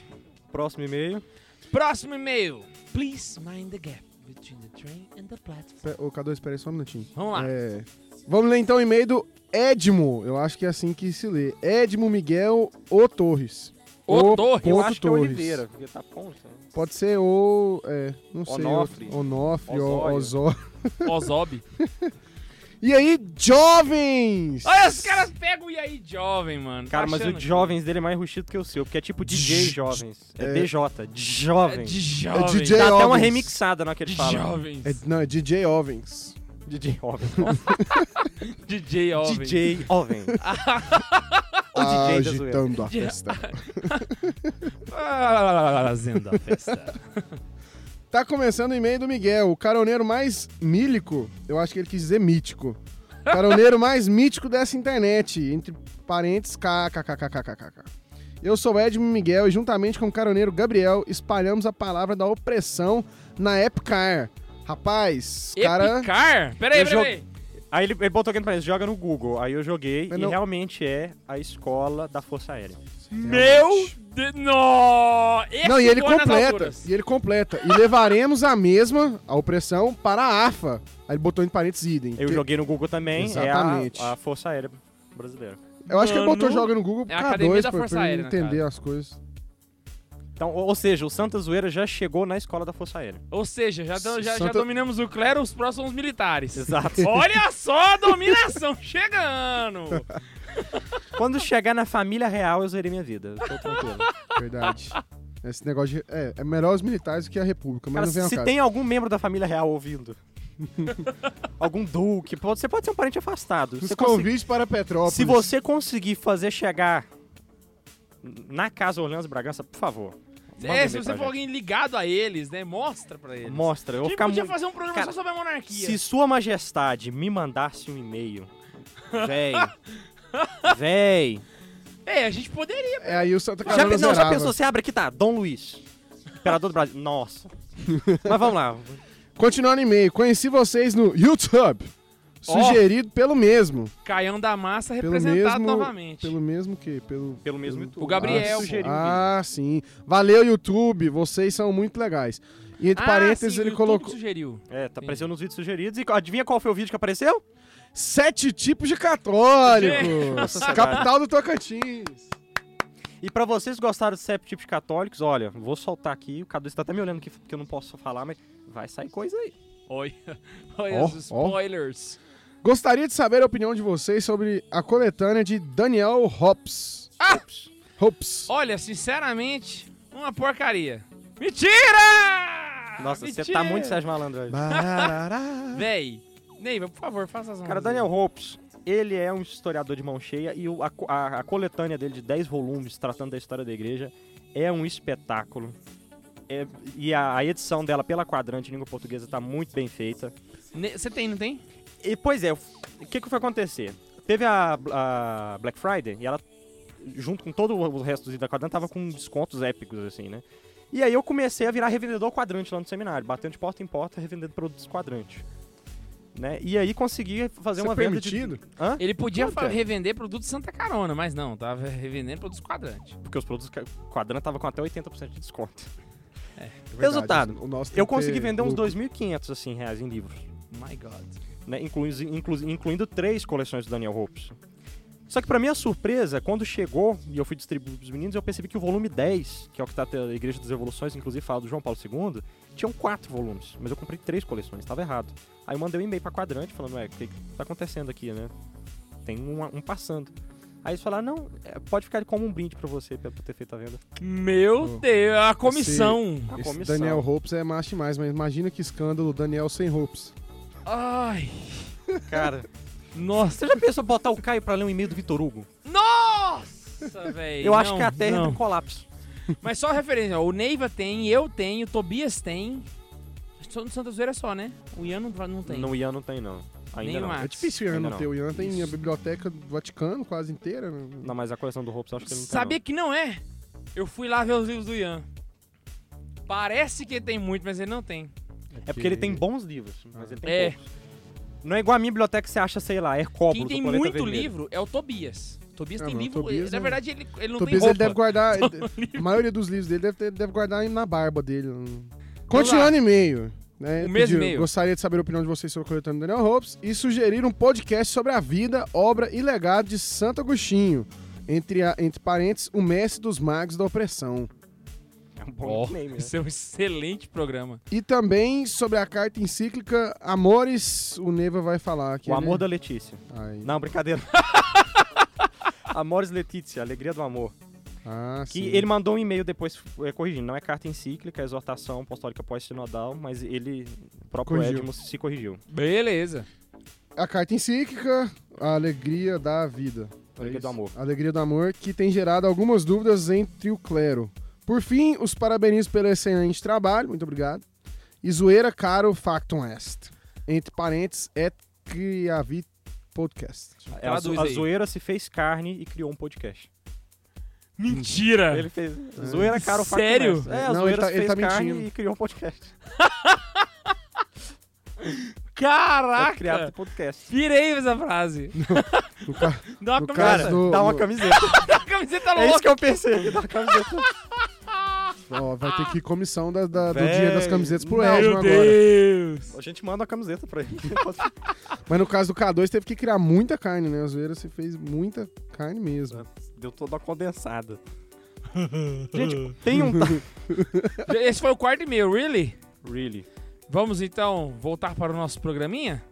Próximo e-mail. Próximo e-mail. Please mind the gap between the train and the platform. Pe- Ô, K2, espera aí só um minutinho. Vamos lá. É, vamos ler então o e-mail do Edmo. Eu acho que é assim que se lê. Edmo Miguel O Torres. O O Torre. Eu Ponto acho que é Torres. Oliveira, porque tá ponto. né? Pode ser ou. É, não sei. Onofre. outro. Onofre, Osório. o- Osório. Ozob. E aí, jovens! Olha, os caras pegam e aí, jovem, mano. Cara, Tá mas achando o que- jovens dele é mais rustido que o seu, porque é tipo DJ jovens. É, é. DJ, É jovem. de jovem. É DJ. Dá até uma Jovens. remixada na que ele De fala. jovens. É, não, é DJ Ovens. DJ jovem. DJ jovem. DJ jovem. O DJ da zoeira. Agitando a festa. Fazendo a festa. Tá começando o e-mail do Miguel, o caroneiro mais mílico, eu acho que ele quis dizer mítico. Caroneiro mais mítico dessa internet, entre parênteses, kkkkkkk. Eu sou Edmo Miguel e juntamente com o caroneiro Gabriel espalhamos a palavra da opressão na Epcar. Rapaz, cara... Epicar? Peraí, Eu peraí. Aí ele, ele botou aqui pra ele, joga no Google. Aí eu joguei Mas e não- realmente é a escola da Força Aérea. Meu Deus. No... Esse Não, e ele voa nas completa, alturas. e ele completa. E levaremos a mesma, a opressão, para a AFA. Aí ele botou entre parênteses idem. Eu que- joguei no Google também, Exatamente. é a, a Força Aérea brasileira. eu acho que ele botou Mano, joga no Google é a K2 academia da pra, Força pra ele Aérea, né, entender as coisas. Então, ou, ou seja, o Santa Zoeira já chegou na escola da Força Aérea. Ou seja, já, do- já, já Santa- dominamos o clero, os próximos militares. Exato. Olha só a dominação chegando. Quando chegar na família real, eu zerei minha vida. Eu Tô tranquilo. Verdade. Esse negócio de, é, é melhor os militares do que a república, mas Cara, não vem ao se caso. tem algum membro da família real ouvindo, algum duque, pode- você pode ser um parente afastado. Os Você consi- convites para Petrópolis. assim, se você conseguir fazer chegar na casa Orleans Bragança, por favor. manda um É, se e-mail você pra for alguém ligado a eles, né, mostra pra gente. eles. Mostra, A eu vou gente ficar podia muito... fazer um programa Cara, só sobre a monarquia. Se sua majestade me mandasse um e-mail, véi, véi... É, a gente poderia. É aí o Santa Já, Carolina pe- não, já zerava. pensou, você abre aqui, tá, Dom Luiz, imperador do Brasil. Nossa. Mas vamos lá. Continuando o e-mail. Conheci vocês no YouTube. Ó. Sugerido pelo mesmo. Caião da Massa Pelo representado mesmo- novamente. Pelo mesmo que? Pelo... Pelo mesmo YouTube. O Gabriel. Ah, sugeriu o vídeo. Ah, sim. Valeu, YouTube. Vocês são muito legais. E entre Ah, parênteses sim, o ele YouTube colocou... sugeriu. É, tá apareceu nos vídeos sugeridos. E adivinha qual foi o vídeo que apareceu? Sete tipos de católicos. Gente. Capital do Tocantins. E pra vocês que gostaram de sete tipos de católicos, olha, vou soltar aqui. O Cadu está até me olhando aqui porque eu não posso falar, mas vai sair coisa aí. Olha, olha Ó, os spoilers. Gostaria de saber a opinião de vocês sobre a coletânea de Daniel Hops. Ah! Hops. Olha, sinceramente, uma porcaria. Mentira! Nossa, você Ah, Mentira! tá muito Sérgio Malandro hoje. Véi, Neiva, por favor, faça as mãos. Cara, Daniel Hopes, ele é um historiador de mão cheia e o- a, co- a- a coletânea dele de 10 volumes tratando da história da igreja é um espetáculo. É- e a, a edição dela pela quadrante em língua portuguesa tá muito bem feita. Você tem, não tem? E, pois é, o que, que foi acontecer? Teve a, a Black Friday e ela, junto com todo o resto da quadrante, tava com descontos épicos, assim, né? E aí eu comecei a virar revendedor quadrante lá no seminário, batendo de porta em porta, revendendo produtos quadrante. Né? E aí consegui fazer Isso uma é venda de- permitido? Hã? Ele podia Puta. fa- revender produto Santa Carona, mas não, tava revendendo produtos quadrante. Porque os produtos ca- quadrante estavam com até 80% de desconto. Verdade, Resultado, o nosso tem Eu que ter consegui vender uns lucro. 2.500 assim, reais em livros, My God. né? Inclu- inclu- incluindo três coleções do Daniel Hopes. Só que pra minha surpresa, quando chegou e eu fui distribuir pros meninos, eu percebi que o volume 10, que é o que tá até a Igreja das Evoluções, inclusive fala do João Paulo II, tinham quatro volumes, mas eu comprei três coleções, estava errado. Aí eu mandei um e-mail pra quadrante falando, ué, o que, que tá acontecendo aqui, né? Tem um, um passando. Aí eles falaram, não, é, pode ficar como um brinde pra você, pra- por ter feito a venda. Meu Oh. Deus, a comissão. A Esse comissão. Daniel Hopes é macho demais, mas imagina que escândalo Daniel sem Hopes. Ai, Cara, nossa. Você já pensou em botar o Caio pra ler um e-mail do Vitor Hugo? Nossa, velho. eu acho não, que é a Terra entra não. em colapso. Mas só referência, ó, o Neiva tem, eu tenho, o Tobias tem. Acho que só no Santa Zoeira é só, né? O Ian não, não tem. Não, o Ian não tem, não. Ainda Nem o não. Max. É difícil o Ian ainda não ter. O Ian tem Ah, Isso. a biblioteca do Vaticano quase inteira. né? Não, mas a coleção do Hobbes eu acho que ele não tem, Sabia que não é? Eu fui lá ver os livros do Ian. Parece que ele tem muito, mas ele não tem. não. É porque ele tem bons livros, mas ele tem É. poucos. Não é igual a minha biblioteca que você acha, sei lá, Hercóbulo Quem do tem Planeta muito Vermelho. livro é o Tobias. Tobias Ah, tem não, livro. Tobias na não. verdade, ele, ele não Tobias tem roupa. ele deve guardar. A maioria dos livros dele deve, ter- deve guardar na barba dele. um- Continuando e-mail. Né, Um O mesmo pediram, e-mail. Gostaria de saber a opinião de vocês sobre o coletâneo Daniel Hopes e sugerir um podcast sobre a vida, obra e legado de Santo Agostinho. Entre, a- entre parênteses, o mestre dos magos da opressão. É um bom nickname, né? Esse é um excelente programa. E também sobre a carta encíclica Amores, o Neva vai falar aqui. O amor né? da Letícia. Ai, Não, brincadeira. Amores Letícia, Alegria do Amor. Ah, Que sim. ele mandou um e-mail depois eh, corrigindo. Não é carta encíclica, é exortação apostólica pós-sinodal, mas ele, o próprio Corrigiu. Edmo, se corrigiu. Beleza. A carta encíclica, a alegria da vida. É Alegria isso? do amor. Alegria do amor, que tem gerado algumas dúvidas entre o clero. Por fim, os parabenizo pelo excelente trabalho, muito obrigado. E zoeira caro factum est. Entre parênteses, et criavit podcast. É, a, zo- Traduz a aí. zoeira se fez carne e criou um podcast. Mentira! Ele fez. Zoeira cara o Fato Sério? Mestre. É, a Não, ele zoeira tá- se ele fez tá carne mentindo. e criou um podcast. Ah, Foi criado Caraca! um podcast. Pirei essa frase. No ca- Dá uma No camiseta. Cara, do- dá uma do- camiseta. A camiseta é isso louca. que eu pensei. Dá uma camiseta. Ó, vai ter que ir comissão da- da- do Véi, dia das camisetas pro meu Edmo agora. Deus! A gente manda uma camiseta pra ele. Mas no caso do K2, teve que criar muita carne, né? A zoeira se fez muita carne mesmo. Deu toda uma condensada. Gente, tem um. ta- Esse foi o quarto e-mail, really? Really. Vamos então voltar para o nosso programinha?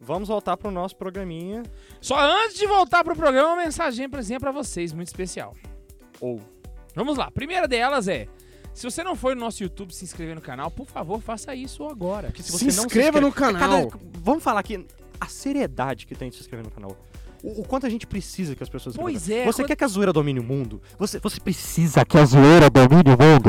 Vamos voltar pro nosso programinha. Só antes de voltar pro programa, uma mensagem presente para vocês, muito especial. Ou. Vamos lá, a primeira delas é: se você não foi no nosso YouTube se inscrever no canal, por favor, faça isso agora. Porque Se, você não inscreva no É cada- canal. Vamos falar aqui a seriedade que tem de se inscrever no canal. O, o quanto a gente precisa que as pessoas se Pois inscrevam. é, Você quando- quer que a zoeira domine o mundo? Você, você precisa Sim.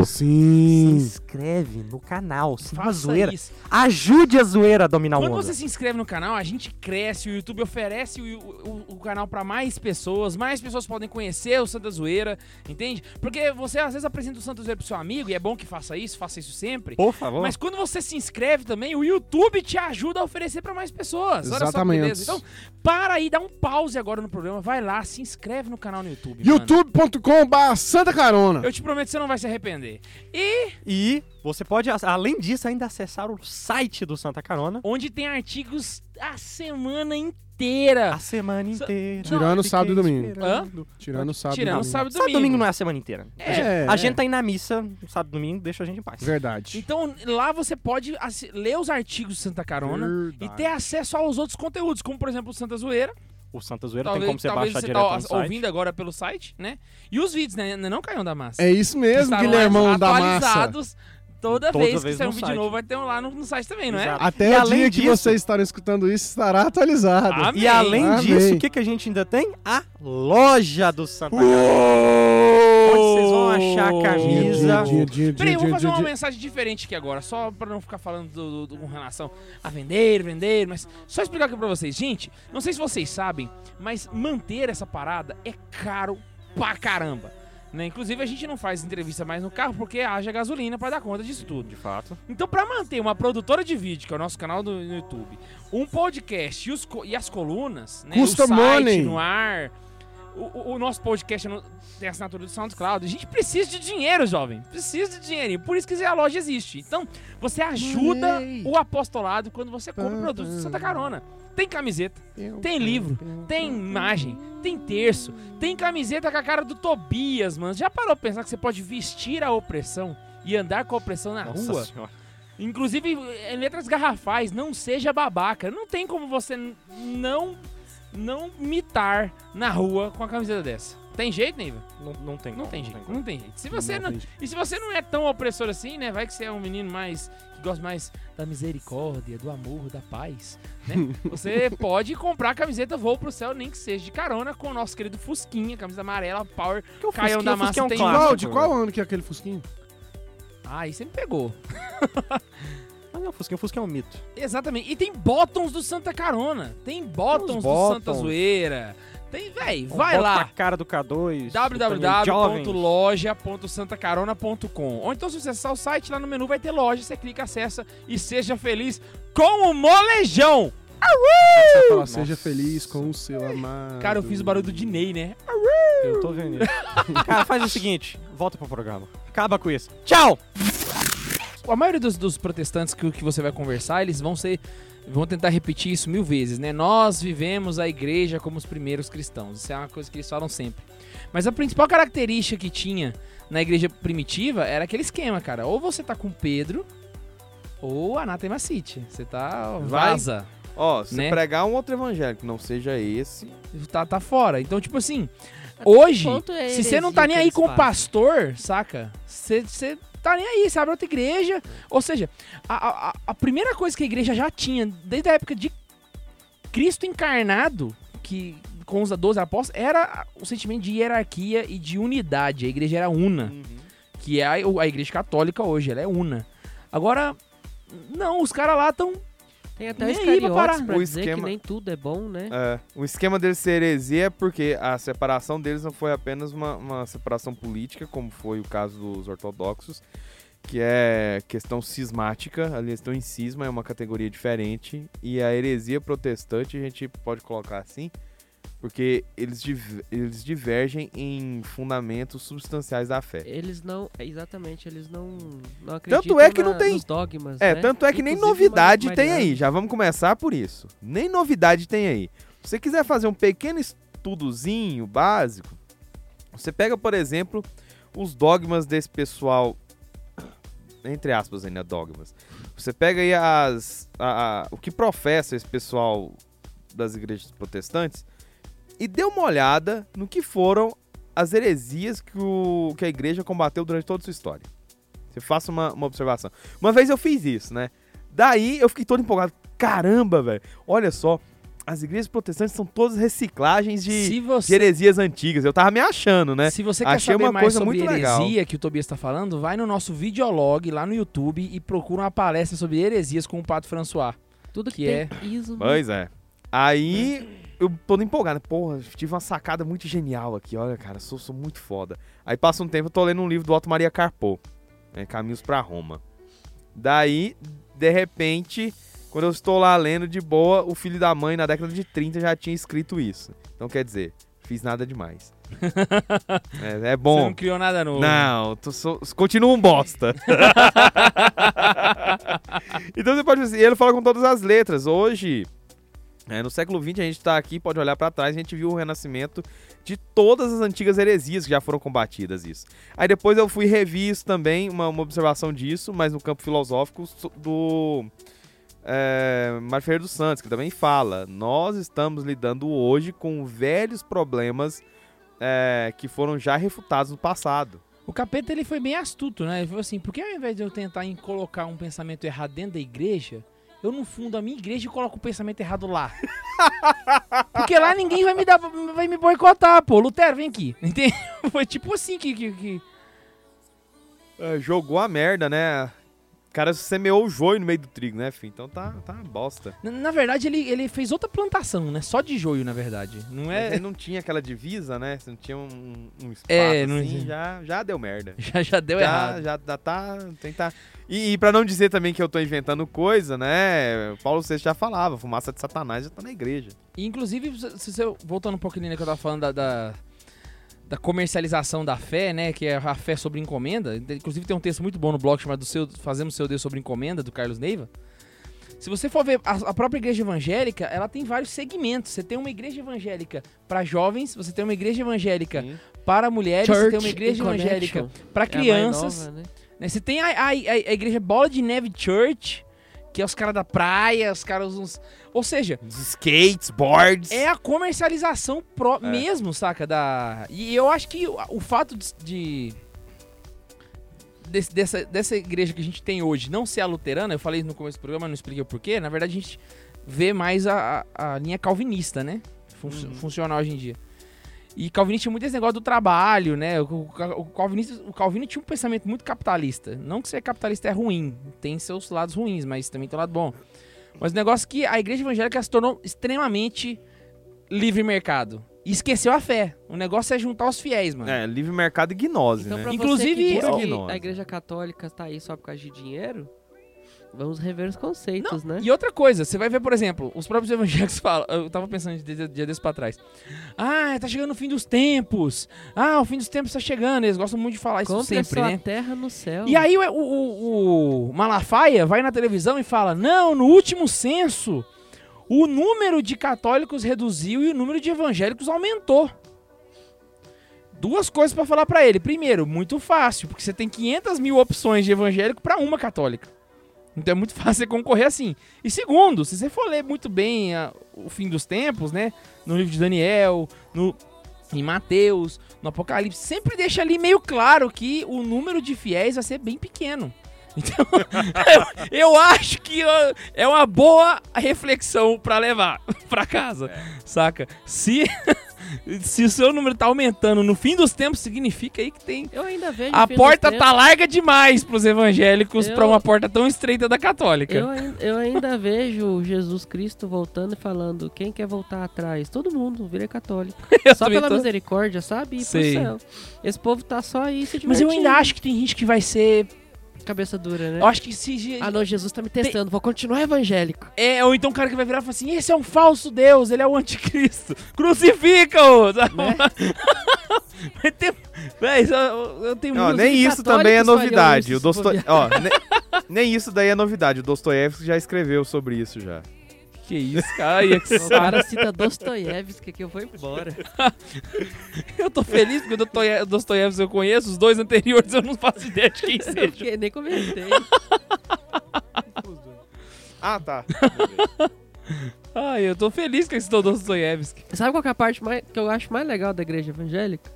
se inscreve no canal. Se Faça a zoeira. isso. Ajude a zoeira a dominar Quando o mundo. você se inscreve no canal, a gente cresce, o YouTube oferece o, o- o canal pra mais pessoas, mais pessoas podem conhecer o Santa Zoeira, entende? Porque você às vezes apresenta o Santa Zoeira pro seu amigo, e é bom que faça isso, faça isso sempre. Por favor. Mas quando você se inscreve também, o YouTube te ajuda a oferecer pra mais pessoas. Olha só que Exatamente. beleza. Então, para aí, dá um pause agora no programa, vai lá, se inscreve no canal no YouTube. mano. youtube.com.br Santa Carona. Eu te prometo que você não vai se arrepender. E E você pode, a- além disso, ainda acessar o site do Santa Carona onde tem artigos a semana inteira. a semana Sa- inteira. Tirando Fiquei sábado e domingo. esperando. Tirando Ah, sábado. e Tirando domingo. sábado e Sábado e domingo. domingo não é a semana inteira. É, a é. gente tá indo na missa, sábado e domingo, deixa a gente em paz. Verdade. Então lá você pode assi- ler os artigos do Santa Carona e ter acesso aos outros conteúdos, como por exemplo o Santa Zoeira. O Santa Zoeira talvez tem como você talvez baixar você direto tá no ou- site. ouvindo agora pelo site, né? E os vídeos, né? Não caiam da massa. É isso Que mesmo, estarão lá Guilhermão da Massa. atualizados Toda, Toda vez que vez sair um no vídeo site. novo, vai ter um lá no, no site também, não é? Exato. Até E o além dia que disso- vocês estarem escutando isso, estará atualizado. Amém. E além Amém. disso, o que, que a gente ainda tem? A loja do Santa Carona. Onde vocês vão achar a camisa. Dia, dia, dia, dia, Peraí, eu vou dia, fazer dia, uma dia. mensagem diferente aqui agora, só pra não ficar falando do- do- do- com relação a vender, vender, mas só explicar aqui pra vocês. Gente, não sei se vocês sabem, mas manter essa parada é caro pra caramba. Né? Inclusive, a gente não faz entrevista mais no carro porque haja gasolina pra dar conta disso tudo. De fato. Então, pra manter uma produtora de vídeo, que é o nosso canal do, no YouTube, um podcast e, os co- e as colunas, né? Custa o site money. no ar, o, o- o nosso podcast no- tem assinatura do SoundCloud. A gente precisa de dinheiro, jovem. Precisa de dinheirinho. Por isso que a loja existe. Então, você ajuda Money. o apostolado quando você compra Pam, produtos de pam. Santa Carona. Tem camiseta, Pim, tem pim, livro, pim, tem pim. imagem, tem terço, tem camiseta com a cara do Tobias, mano. Já parou pra pensar que você pode vestir a opressão e andar com a opressão na Nossa rua? Senhora. Inclusive, em letras garrafais, não seja babaca. Não tem como você n- não não mitar na rua com a camiseta dessa. Tem jeito, Neiva? Não, não tem Não como, tem não jeito, como. não tem jeito. Se você não, tem jeito. e se você não é tão opressor assim, né? Vai que você é um menino mais que gosta mais da misericórdia, do amor, da paz, né? Você pode comprar a camiseta Voo pro Céu, nem que seja de carona com o nosso querido Fusquinha, camisa amarela, Power. Porque o Caião Fusquinha- da o Fusquinha Massa é um tem- clássico, Qual, de velho. qual ano que é aquele fusquinho? Uh! Ah, aí você me pegou. Ah, não, o Fusquinha, o Fusquinha é um mito. Exatamente. E tem bottoms do Santa Carona. Tem bottoms do bottoms. Santa Zoeira. Tem, véi, Um vai bota lá. a cara do K2. www. www.loja.santacarona.com Ou então, se você acessar o site, lá no menu vai ter loja, você clica, acessa e seja feliz com o molejão. Você vai falar, Nossa. seja feliz com o seu amado. Cara, eu fiz o barulho Ah, do Dinei, né? Eu tô vendo isso. Cara, faz o seguinte. Volta pro programa. Acaba com isso. Tchau! A maioria dos, dos protestantes que, que você vai conversar, eles vão ser Vamos tentar repetir isso mil vezes, né? Nós vivemos a igreja como os primeiros cristãos. Isso é uma coisa que eles falam sempre. Mas a principal característica que tinha na igreja primitiva era aquele esquema, cara. Ou você tá com Pedro, ou Anatema City. Você tá. Vai. Vaza. Ó, se Né? pregar um outro evangelho que não seja esse, Tá, tá fora. Então, tipo assim, hoje, ponto é se você não tá nem heresia que aí eles com o fazem? pastor, saca? Você- Você tá nem aí, você abre outra igreja. Ou seja, a, a- a primeira coisa que a igreja já tinha, desde a época de Cristo encarnado, que com os 12 apóstolos, era o sentimento de hierarquia e de unidade. A igreja era una Uhum. que é a, a igreja católica hoje, ela é una. Agora, não, os caras lá estão. Tem até Nem os aí pra cariotes parar. pra O dizer que esquema- nem tudo é bom, né? é, o esquema deles ser heresia é porque a separação deles não foi apenas uma, uma separação política, como foi o caso dos ortodoxos, que é questão cismática, ali eles estão em cisma, é uma categoria diferente, e a heresia protestante, a gente pode colocar assim, porque eles, div- eles divergem em fundamentos substanciais da fé. Eles não. é, Exatamente, eles não, não acreditam Tanto é que não na- tem- nos dogmas. É, né? tanto é que nem Inclusive, novidade Mar- tem Mariana. aí. Já vamos começar por isso. Nem novidade tem aí. Se você quiser fazer um pequeno estudozinho básico, você pega, por exemplo, os dogmas desse pessoal. Entre aspas, ainda dogmas. Você pega aí as. a- a- o que professa esse pessoal das igrejas protestantes e dê uma olhada no que foram as heresias que, o, que a igreja combateu durante toda a sua história. Você faça uma, uma observação. Uma vez eu fiz isso, né? Daí eu fiquei todo empolgado. Caramba, velho. Olha só. As igrejas protestantes são todas reciclagens de, se de você, heresias antigas. Eu tava me achando, né? se você quer Achei saber uma mais coisa sobre muito heresia legal. que o Tobias tá falando, vai no nosso videolog lá no YouTube e procura uma palestra sobre heresias com o Pato François. Tudo que, que é. ismo. Pois é. Aí É. eu todo empolgado. Porra, tive uma sacada muito genial aqui. Olha, cara, sou, sou muito foda. Aí passa um tempo, eu tô lendo um livro do Otto Maria Carpo. né, Caminhos pra Roma. Daí, de repente, quando eu estou lá lendo de boa, o filho da mãe na década de 30 já tinha escrito isso. Então quer dizer, fiz nada demais. é, é Você bom. não criou nada novo. né? Não, tu sou, continua um bosta. então você pode e ele fala com todas as letras. Hoje, né, no século XX, a gente tá aqui, pode olhar para trás, a gente viu o renascimento de todas as antigas heresias que já foram combatidas isso. Aí depois eu fui revi isso também, uma, uma observação disso, mas no campo filosófico so- do é, Mário Ferreira dos Santos, que também fala, nós estamos lidando hoje com velhos problemas é, que foram já refutados no passado. O capeta ele foi bem astuto, né? Ele falou assim: por que ao invés de eu tentar em colocar um pensamento errado dentro da igreja, eu não fundo a minha igreja e coloco o pensamento errado lá? Porque lá ninguém vai me dar, vai me boicotar, pô. Lutero, vem aqui. Entende? Foi tipo assim que. que, que- É, jogou a merda, né? O cara semeou o joio no meio do trigo, né, filho? Então tá, tá uma bosta. Na, na verdade, ele, ele fez outra plantação, né? Só de joio, na verdade. Não Mas é. ele não tinha aquela divisa, né? Você não tinha um, um espaço É, não assim, tinha. já, já deu merda. Já, já deu é- Já, errado. já, já tá, tentar... E, e pra não dizer também que eu tô inventando coisa, né? Paulo VI já falava, fumaça de satanás já tá na igreja. E, inclusive, se se você, voltando um pouquinho no que eu tava falando da, da, da comercialização da fé, né? Que é a fé sobre encomenda. Inclusive tem um texto muito bom no blog chamado seu, Fazemos Seu Deus sobre Encomenda, do Carlos Neiva. Se você for ver, a, a própria igreja evangélica, ela tem vários segmentos. Você tem uma igreja evangélica para jovens, você tem uma igreja evangélica Sim. para mulheres, você tem É, uma Church igreja in Connection. evangélica para É a mais crianças. nova, né? Né? Você tem a, a, a- a igreja Bola de Neve Church, que é os caras da praia, os caras uns. Ou seja, Skates, boards... é a comercialização pró mesmo, saca? Da... E eu acho que o, o fato de. de- desse- dessa, dessa igreja que a gente tem hoje não ser a luterana, eu falei isso no começo do programa, não expliquei o porquê. Na verdade, a gente vê mais a, a- a linha calvinista, né? Fun- Funcional hoje em dia. E calvinista tinha muito esse negócio do trabalho, né? O, o, o calvinista, o Calvino tinha um pensamento muito capitalista. Não que ser capitalista é ruim, tem seus lados ruins, mas também tem um lado bom. Mas o negócio é que a igreja evangélica se tornou extremamente livre mercado. E esqueceu a fé. O negócio é juntar os fiéis, mano. É, livre mercado e gnose, Então, né? pra Inclusive, você que diz eu- que Nós. a igreja católica tá aí só por causa de dinheiro, Vamos rever os conceitos, né? E outra coisa, você vai ver, por exemplo, os próprios evangélicos falam. Eu tava pensando dia, dia desse pra trás. Ah, tá chegando o fim dos tempos. Ah, o fim dos tempos tá chegando. Eles gostam muito de falar isso Compre a sempre, sua né? terra no céu. E aí o, o- o- o Malafaia vai na televisão e fala: Não, no último censo, o número de católicos reduziu e o número de evangélicos aumentou. Duas coisas pra falar pra ele. Primeiro, muito fácil, porque você tem 500 mil opções de evangélico pra uma católica. Então é muito fácil você concorrer assim. E segundo, se você for ler muito bem ah, o fim dos tempos, né? No livro de Daniel, no, em Mateus, no Apocalipse, sempre deixa ali meio claro que o número de fiéis vai ser bem pequeno. Então, eu, eu acho que ó, é uma boa reflexão pra levar pra casa, saca? Se, se o seu número tá aumentando no fim dos tempos, significa aí que tem. Eu ainda vejo. A o fim dos porta tempos. tá larga demais pros evangélicos Eu- pra uma porta tão estreita da católica. Eu, ai- eu ainda vejo Jesus Cristo voltando e falando: quem quer voltar atrás? Todo mundo vira católico. Eu só também pela tô- então misericórdia, sabe? E pro Sei. céu. Esse povo tá só aí se divertindo. Mas eu ainda acho que tem gente que vai ser. Cabeça dura, né? Eu acho que se. Ah, não, Jesus tá me testando. Vou continuar evangélico. É, ou então o cara que vai virar e falar assim: esse é um falso Deus, ele é o anticristo. Crucifica-o! sabe? Né? Vai ter- Véi, isso- eu, eu tenho Ó, muito. nem isso católicos também é fariam novidade. isso, O Dosto... bobear. Ó, ne- nem isso daí é novidade. O Dostoiévski já escreveu sobre isso já. Que isso, cara? Ai, que O saco. cara cita Dostoiévski que eu vou embora. Eu tô feliz porque o Dostoie- Dostoiévski eu conheço, os dois anteriores eu não faço ideia de quem Eu seja. fiquei- nem comentei. Ah, tá. Ai, eu tô feliz que eu estou Dostoiévski. Sabe qual que é a parte mais, que eu acho mais legal da igreja evangélica?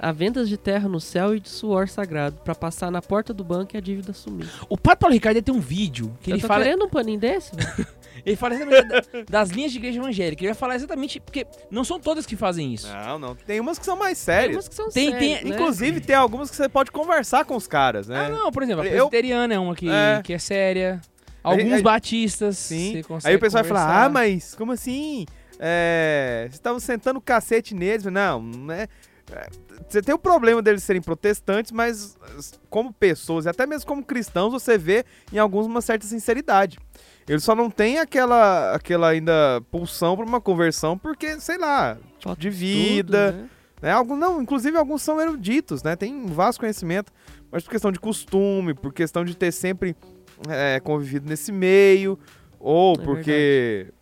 Há vendas de terra no céu e de suor sagrado pra passar na porta do banco e a dívida sumir. O Pato Paulo Ricardo ele tem um vídeo que eu ele tô fala, querendo um paninho desse? velho. ele fala exatamente da- das linhas de igreja evangélica. Ele vai falar exatamente, porque não são todas que fazem isso. Não, não. Tem umas que são mais Tem sérias. umas que são Tem- tem- sérias, né? Inclusive, tem algumas que você pode conversar com os caras, né? Ah, não, por exemplo, a Eu- presbiteriana é uma que É. é, que é séria. Aí- Alguns aí- batistas. Sim. você consegue Aí o pessoal vai falar, conversar. ah, mas como assim? É, vocês estavam sentando o cacete neles. Não, não é... é, Você tem o problema deles serem protestantes, mas as- como pessoas, e até mesmo como cristãos, você vê em alguns uma certa sinceridade. Eles só não têm aquela, aquela ainda pulsão para uma conversão, porque, sei lá, tipo, Falta de estudo, vida, né? né? Algum, não, inclusive alguns são eruditos, né? Tem um vasto conhecimento, mas por questão de costume, por questão de ter sempre é, convivido nesse meio, ou É porque,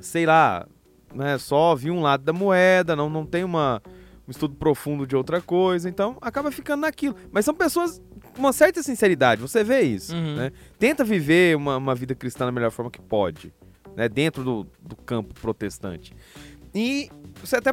sei lá, né, só vi um lado da moeda, não, não tem uma, um estudo profundo de outra coisa, então acaba ficando naquilo. Mas são pessoas com uma certa sinceridade, você vê isso, Uhum. né? Tenta viver uma, uma vida cristã da melhor forma que pode, né? Dentro do, do campo protestante. E você até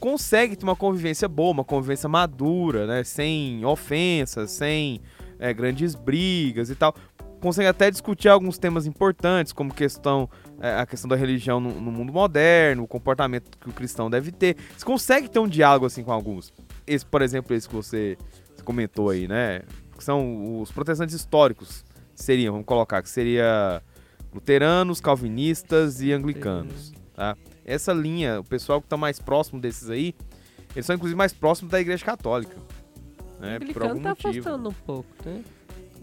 consegue ter uma convivência boa, uma convivência madura, né? Sem ofensas, sem é, grandes brigas e tal. Consegue até discutir alguns temas importantes, como questão é, a questão da religião no, no mundo moderno, o comportamento que o cristão deve ter. Você consegue ter um diálogo assim com alguns. Esse, por exemplo, esse que você comentou aí, né? Que são os protestantes históricos, seriam, vamos colocar, que seria luteranos, calvinistas e anglicanos tá? essa linha, o pessoal que tá mais próximo desses aí, eles são inclusive mais próximos da Igreja Católica. Né? O Por algum tá motivo. afastando um pouco, né?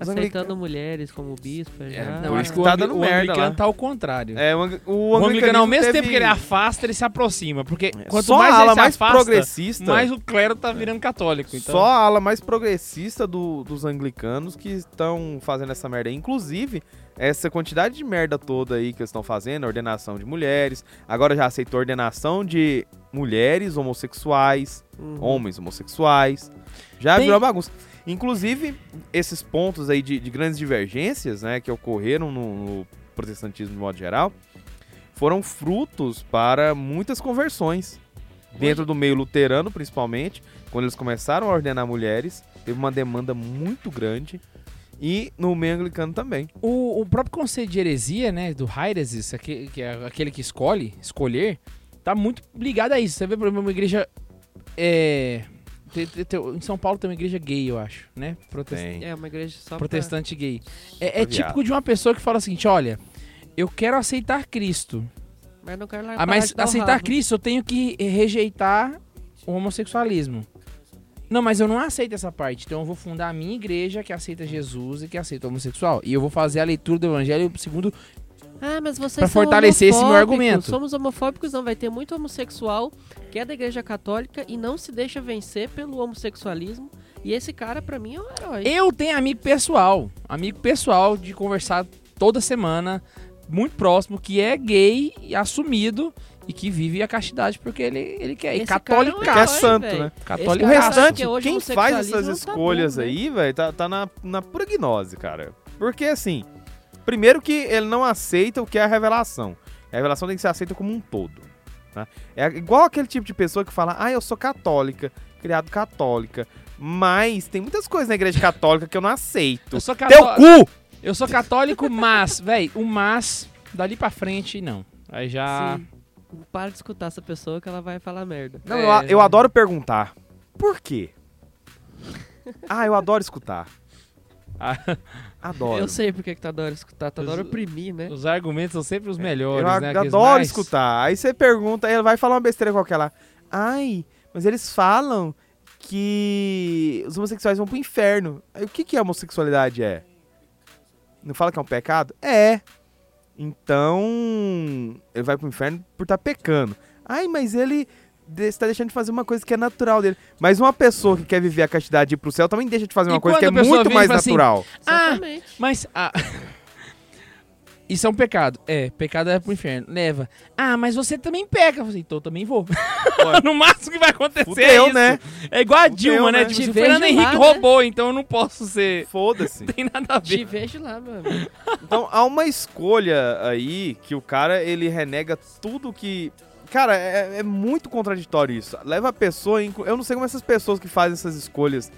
Os Aceitando mulheres como bispa É, já. não, por acho isso que o, tá angli- dando o merda anglicano lá. tá ao contrário. É, o, ang- o O anglicano, ao anglicanismo mesmo teve- tempo que ele afasta, ele se aproxima. Porque É, quanto só mais a ala ele se mais afasta, progressista, mais o clero tá virando católico. Então. só a ala mais progressista do- dos anglicanos que estão fazendo essa merda aí. Inclusive, essa quantidade de merda toda aí que eles estão fazendo, ordenação de mulheres, agora já aceitou ordenação de mulheres homossexuais, Uhum. homens homossexuais. Já Tem- virou uma bagunça. Inclusive, esses pontos aí de, de grandes divergências, né, que ocorreram no, no protestantismo de modo geral, foram frutos para muitas conversões. Dentro do meio luterano, principalmente, quando eles começaram a ordenar mulheres, teve uma demanda muito grande. E no meio anglicano também. O, o próprio conceito de heresia, né, do Heiresis, aque- que é aquele que escolhe, escolher, tá muito ligado a isso. Você vê, por exemplo, uma igreja. É, te- te- te- em São Paulo tem uma igreja gay, eu acho, né? Protestante. Tem. É uma igreja só pra... protestante gay. É, é viado. típico de uma pessoa que fala o seguinte: olha, eu quero aceitar Cristo. Mas não quero Ah, mas aceitar Cristo, eu tenho que rejeitar o homossexualismo. Não, mas eu não aceito essa parte. Então eu vou fundar a minha igreja que aceita Jesus e que aceita homossexual. E eu vou fazer a leitura do evangelho segundo. Ah, mas vocês Pra são fortalecer esse meu homofóbicos. argumento. Somos homofóbicos, não. Vai ter muito homossexual que é da igreja católica e não se deixa vencer pelo homossexualismo. E esse cara, pra mim, é um herói. Eu tenho amigo pessoal, amigo pessoal de conversar toda semana, muito próximo, que é gay e assumido e que vive a castidade porque ele, ele quer. E Esse católico, Que cara é um é herói, santo, velho. né? católico. O Cara, restante, porque hoje tipo, quem faz homossexualismo essas tá escolhas bom, né? aí, velho, tá, tá na, na prognose, cara. Porque assim, primeiro que ele não aceita o que é a revelação. A revelação tem que ser aceita como um todo. tá? É igual aquele tipo de pessoa que fala, ah, eu sou católica, criado católica. Mas tem muitas coisas na igreja católica que eu não aceito. Eu sou Teu cató- cu! Eu sou católico, mas, velho, o mas dali pra frente não. Aí já Sim. Para de escutar essa pessoa que ela vai falar merda. Não, É, eu, a- eu né? adoro perguntar. Por quê? ah, eu adoro escutar. Ah. Adoro. Eu sei porque que tu adora escutar, tu Os- adora oprimir, né? os argumentos são sempre os melhores, É, Eu né? a- Aqueles adoro mais- escutar. Aí você pergunta, aí ela vai falar uma besteira qualquer lá. Ai, mas eles falam que os homossexuais vão pro inferno. Aí, o que, que a homossexualidade é? Não fala que é um pecado? É. Então, ele vai pro inferno por estar pecando. Ai, mas ele está deixando de fazer uma coisa que é natural dele. Mas uma pessoa que quer viver a castidade de ir pro céu também deixa de fazer E uma coisa que é quando a pessoa muito vem e mais fala assim, natural. Ah, Exatamente. Mas. Ah, isso é um pecado. É, pecado é pro inferno. Leva. Ah, mas você também peca. Eu falei, então eu também vou. no máximo que vai acontecer é Fudeu, isso. né? É igual a Fudeu, Dilma, né? né? Tipo, Te o Fernando vejo Henrique lá, né? roubou, então eu não posso ser. Foda-se. Não tem nada a Tipo, ver. Te vejo lá, meu amigo. Então há uma escolha aí que o cara ele renega tudo que. Cara, é, é muito contraditório isso. Leva a pessoa. em- Eu não sei como essas pessoas que fazem essas escolhas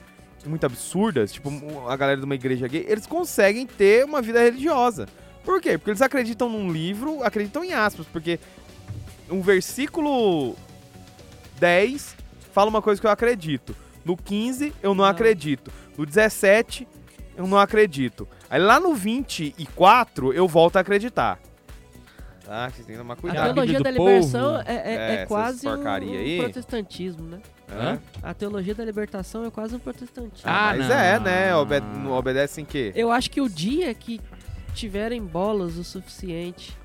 muito absurdas, tipo a galera de uma igreja gay, eles conseguem ter uma vida religiosa. Por quê? Porque eles acreditam num livro, acreditam em aspas, porque um versículo 10 fala uma coisa que eu acredito. No 15, eu não. Não. acredito. No 17, eu não acredito. Aí lá no 24 eu volto a acreditar. Tá? Vocês têm que tomar A cuidado. Bíblia teologia do da libertação povo. é, é- É, é essas quase um, porcaria um aí. protestantismo, né? Hã? A teologia da libertação é quase um protestantismo. Ah, Mas não. é, né? Obe não obedecem quê? Eu acho que o dia que tiverem bolas o suficiente.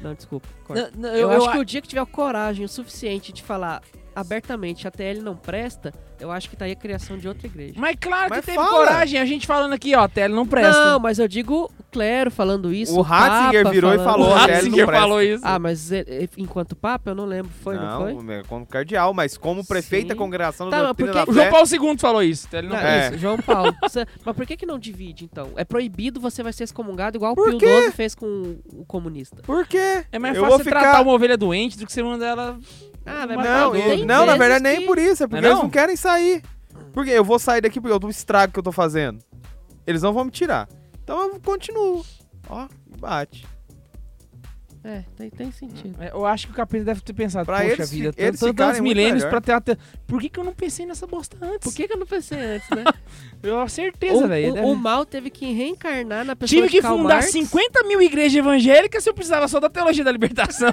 Não, desculpa. corta. Não, não, Eu, acho que o dia que tiver coragem o suficiente de falar abertamente até ele não presta, eu acho que tá aí a criação de outra igreja. Mas claro Mas que teve fala. coragem. A gente falando aqui, ó, a tele não presta. Não, mas eu digo o clero falando isso. O Ratzinger Papa virou e falando- falou, né? o a tele não Ratzinger presta. falou isso. Ah, mas ele- ele- enquanto Papa, eu não lembro. Foi, não, foi? não é como cardeal, mas como prefeito da Sim. congregação Tá, da mas doutrina por que- da o fé, João Paulo II falou isso. a Tele não Não, presta. É. Isso, João Paulo. Você- mas por que, que não divide, então? É proibido você vai ser excomungado igual o Por Pio quê? XII fez com o comunista. Por quê? É mais Eu fácil vou você ficar- tratar uma ovelha doente do que você mandar ela. Ah, vai Não, matar e- dois. não, na Tem verdade vezes nem que- por isso, é porque Não é eles não? não querem sair. Porque eu vou sair daqui porque eu do estrago que eu tô fazendo. Eles não vão me tirar. Então eu continuo. Ó, e bate. É, tem, tem Hum. sentido. É, Eu acho que o capeta deve ter pensado, Pra poxa eles fi- vida, eles tantos ficarem muito milênios melhor. pra ter até. Por que, que eu não pensei nessa bosta antes? Por que, que eu não pensei antes, né? Eu tenho O- certeza, velho. o, Deve- o mal teve que reencarnar na pessoa Tive de que Karl fundar Marx. 50 mil igrejas evangélicas se eu precisava só da teologia da libertação.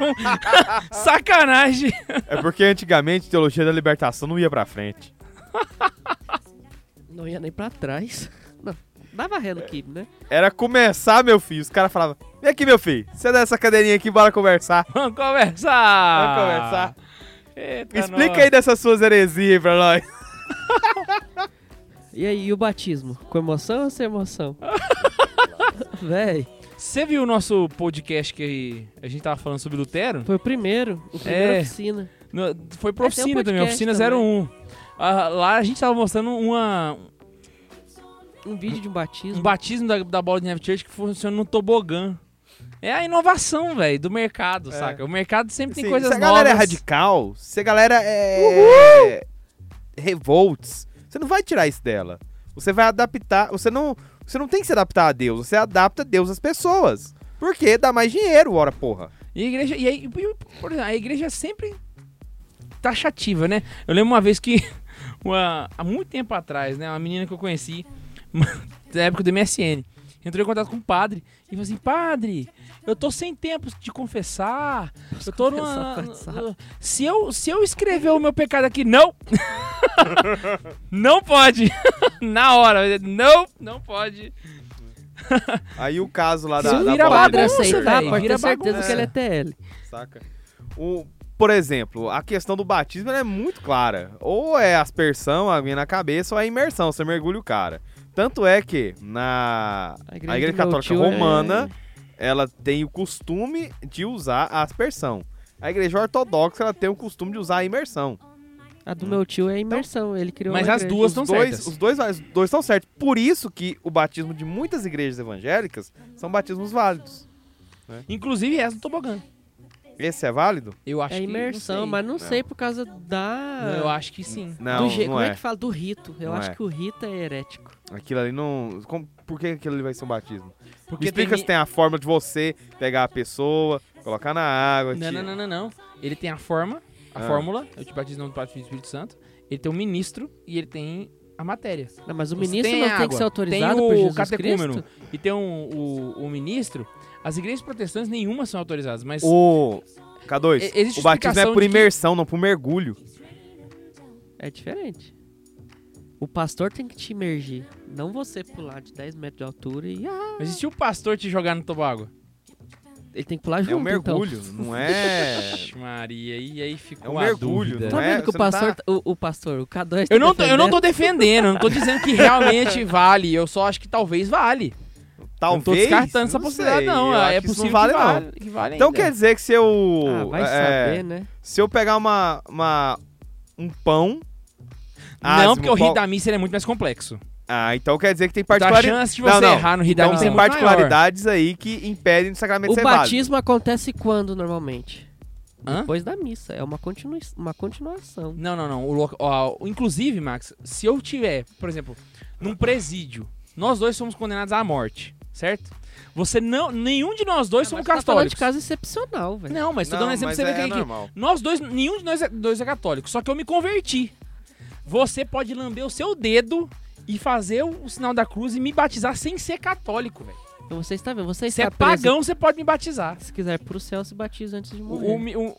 Sacanagem. É porque antigamente a teologia da libertação não ia pra frente. Não ia nem pra trás. Não, dava ré no Kibe, né? Era começar, meu filho. Os caras falavam: Vem aqui, meu filho. Você dá essa cadeirinha aqui, bora conversar. Vamos conversar. Vamos conversar. Eita, Explica aí dessas suas heresias aí pra nós. E aí, e o batismo? Com emoção ou sem emoção? Véi, Você viu o nosso podcast que a gente tava falando sobre Lutero? foi o primeiro. O primeiro É. oficina. No- foi pra Ah, tem um oficina também, podcast oficina também. 01. Ah, lá a gente tava mostrando uma, Um vídeo de um um batismo. batismo da, da bola de neve church que funciona no tobogã. É a inovação, velho, do mercado, saca? O mercado sempre tem Assim, coisas É. se a novas. galera é radical, se a galera é. Revolts, você não vai tirar isso dela. Você vai adaptar. Você não, você não tem que se adaptar a Deus, você adapta Deus às pessoas. Porque dá mais dinheiro, ora porra. E a igreja, e aí, e, por exemplo, a igreja é sempre taxativa, né? Eu lembro uma vez que, uma- há muito tempo atrás, né? Uma menina que eu conheci, uma- da época do MSN, entrou em contato com o padre e falou assim, padre, eu tô sem tempo de confessar, eu tô numa... confessar, confessar." Se eu, se eu escrever o meu pecado aqui, não! Não pode. Na hora. Não, não pode. Aí o caso lá da, Se da né? vira bola de padre bagunça, aceitar, velho, pode vira ter certeza bagunça. que ele é TL. Saca? O, por exemplo, a questão do batismo ela é muito clara. Ou é aspersão, a minha na cabeça, ou é imersão, você mergulha o cara. Tanto é que na A a igreja igreja, do meu Católica tio é- Romana, ela tem o costume de usar a aspersão. A igreja ortodoxa ela tem o costume de usar a imersão. A do meu tio é imersão, ele criou Né? Então, Mas uma as igreja. É duas os estão dois, certas. Os dois, os dois estão certos. Por isso que o batismo de muitas igrejas evangélicas são batismos válidos. Inclusive essa do tobogã. Esse é válido? Eu acho É que- imersão, não sei. mas não sei por causa da... Não, eu acho que sim. Não, do je- não Como é. é. que fala? Do rito. Eu Não acho é. que o rito é herético. Aquilo ali não. como- por que aquilo ali vai ser um batismo? Porque Me explica tem- se tem a forma de você pegar a pessoa, colocar na água. Não, tirar- não, não, não, não. Ele tem a forma, a Ah. fórmula, é eu te batizo no nome do Pai, do Filho e do Espírito Santo. Ele tem o ministro e ele tem a matéria. Não, mas o Você ministro tem não a tem que água, ser autorizado tem por o Jesus catecúmeno Cristo? e tem um- o, o ministro. As igrejas protestantes nenhuma são autorizadas, mas O. K2, E- existe o batismo é explicação por de que- imersão, não por mergulho. É diferente. O pastor tem que te imergir. Não você pular de 10 metros de altura e... Ah, mas e se o pastor te jogar no tobago? ele tem que pular junto, É um então. mergulho, não é. Vixe, Maria, e aí ficou É um a mergulho, dúvida. Tá Não é? vendo que o Você não tá- pastor, o, o pastor, o K2 tá Eu não, tô, eu não defendendo? tô defendendo, eu não tô dizendo que realmente vale, eu só acho que talvez vale. Talvez. eu não tô descartando essa não possibilidade, sei, não. eu acho É que isso possível não vale, que não. vale, que vale Então ainda. quer dizer que se eu. Ah, vai é, saber, né? Se eu pegar uma. uma um pão. Ah, Não, asmo, porque o qual- rito da missa ele é muito mais complexo. Ah, então quer dizer que tem Então, a particularidades. chance de você não, não. errar no rito da Então missa é tem muito maior. particularidades aí que impedem o sacramento O ser válido. batismo acontece quando, normalmente? Hã? Depois da missa. É uma, continui uma continuação. Não, não, não. O loca- ó, o- inclusive, Max, se eu tiver, por exemplo, num presídio, nós dois somos condenados à morte, certo? Você não. Nenhum de nós dois Ah, somos mas você tá falando católicos. de caso excepcional, velho. um Não, mas tô dando Não, exemplo pra mas você ver é que- que. normal. Nós dois. Nenhum de nós é, dois é católico. Só que eu me converti. Você pode lamber o seu dedo e fazer o, o sinal da cruz e me batizar sem ser católico, velho. Então Você está vendo? Você Se está é preso. pagão, você pode me batizar. Se quiser ir pro céu, se batiza antes de O- morrer. o- o-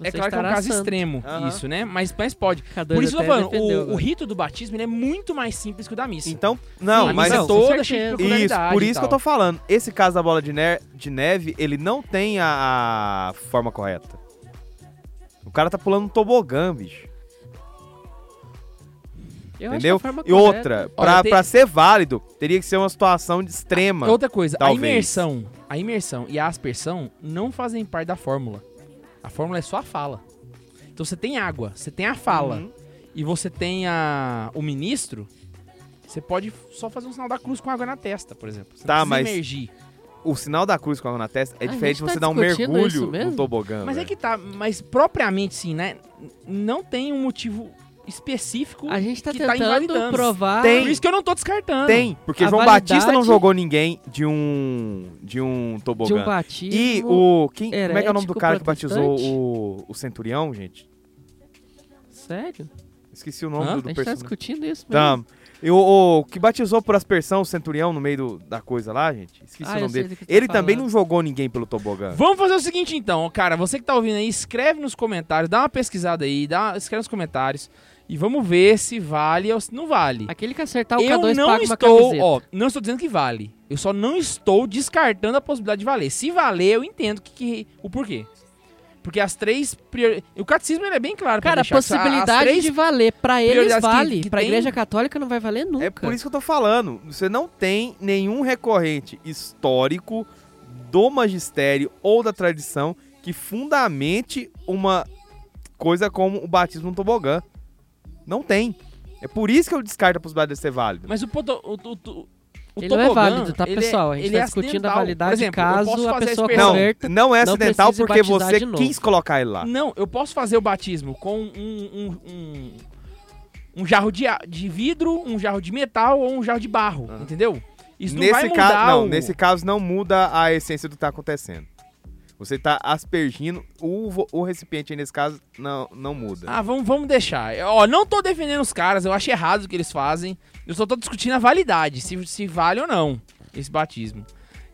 Você é claro que é um estará caso santo. extremo, Aham. isso, né? Mas, mas pode. K2 Por isso que eu até tô falando, defendeu o, o agora. rito do batismo ele é muito mais simples que o da missa. Então, não, Sim, mas é não, toda com cheia de certeza. Isso, peculiaridade por e isso que eu tô tal. falando. Esse caso da bola de, ne- de neve, ele não tem a, a forma correta. O cara tá pulando um tobogã, bicho. Eu acho que é entendeu? a forma E outra, pra, Olha, tem- pra ser válido, teria que ser uma situação de extrema. Outra coisa, talvez. a imersão, a imersão e a aspersão não fazem parte da fórmula. A fórmula é só a fala. Então você tem água, você tem a fala Uhum. e você tem a o ministro, você pode só fazer um sinal da cruz com água na testa, por exemplo. Você não Tá, precisa mas- imergir. O sinal da cruz com a água na testa é A diferente de gente tá você dar um discutindo isso mergulho mesmo? no tobogã. Mas é velho. que tá, mas propriamente sim, né? Não tem um motivo específico. A gente tá que tá tentando invalidando. provar... Tem. Por isso que eu não tô descartando. Tem, porque A João Batista não validade- jogou ninguém de um de um De um tobogã. batismo. e o quem, como é que é o nome do herético cara que batizou protestante? o, o centurião, gente? Sério? Esqueci o nome Hã? do, A do gente tá personagem. discutindo isso mesmo. Tá. E o, o que batizou por aspersão o centurião no meio do- da coisa lá, gente? Esqueci Ah, o eu nome sei dele. do que você tá Ele também falando. não jogou ninguém pelo tobogã. Vamos fazer o seguinte então, cara, você que tá ouvindo aí, escreve nos comentários, dá uma pesquisada aí, dá, escreve nos comentários e vamos ver se vale ou se não vale. Aquele que acertar tá o eu K2 não paga uma estou, camiseta. ó, não estou dizendo que vale. Eu só não estou descartando a possibilidade de valer. Se valer, eu entendo que, que- o porquê. Porque as três priori... o catecismo ele é bem claro pra Cara, a deixar, as- as possibilidade três... de valer pra eles prioridades que- vale, que pra tem- igreja católica não vai valer nunca. É por isso que eu tô falando. Você não tem nenhum recorrente histórico do magistério ou da tradição que fundamente uma coisa como o batismo no tobogã. Não tem. É por isso que eu descarto a possibilidade de ser válido. Mas o poto- o, o, o, o Ele não tobogã, é válido, tá, ele é- pessoal? A gente ele tá é discutindo a acidental. validade Por exemplo, caso eu posso a fazer pessoa aspersão. não, converta, não é não acidental precisa porque batizar você de novo. quis colocar ele lá. Não, eu posso fazer o batismo com um, um, um, um jarro de, a- de vidro, um jarro de metal ou um jarro de barro, entendeu? Isso não vai nesse mudar caso, não, o- nesse caso não muda a essência do que tá acontecendo. Você tá aspergindo o, vo- o recipiente aí nesse caso não não muda. Ah, vamos, vamos deixar. Eu, Ó, não tô defendendo os caras, eu acho errado o que eles fazem. Eu só tô discutindo a validade, se, se vale ou não esse batismo.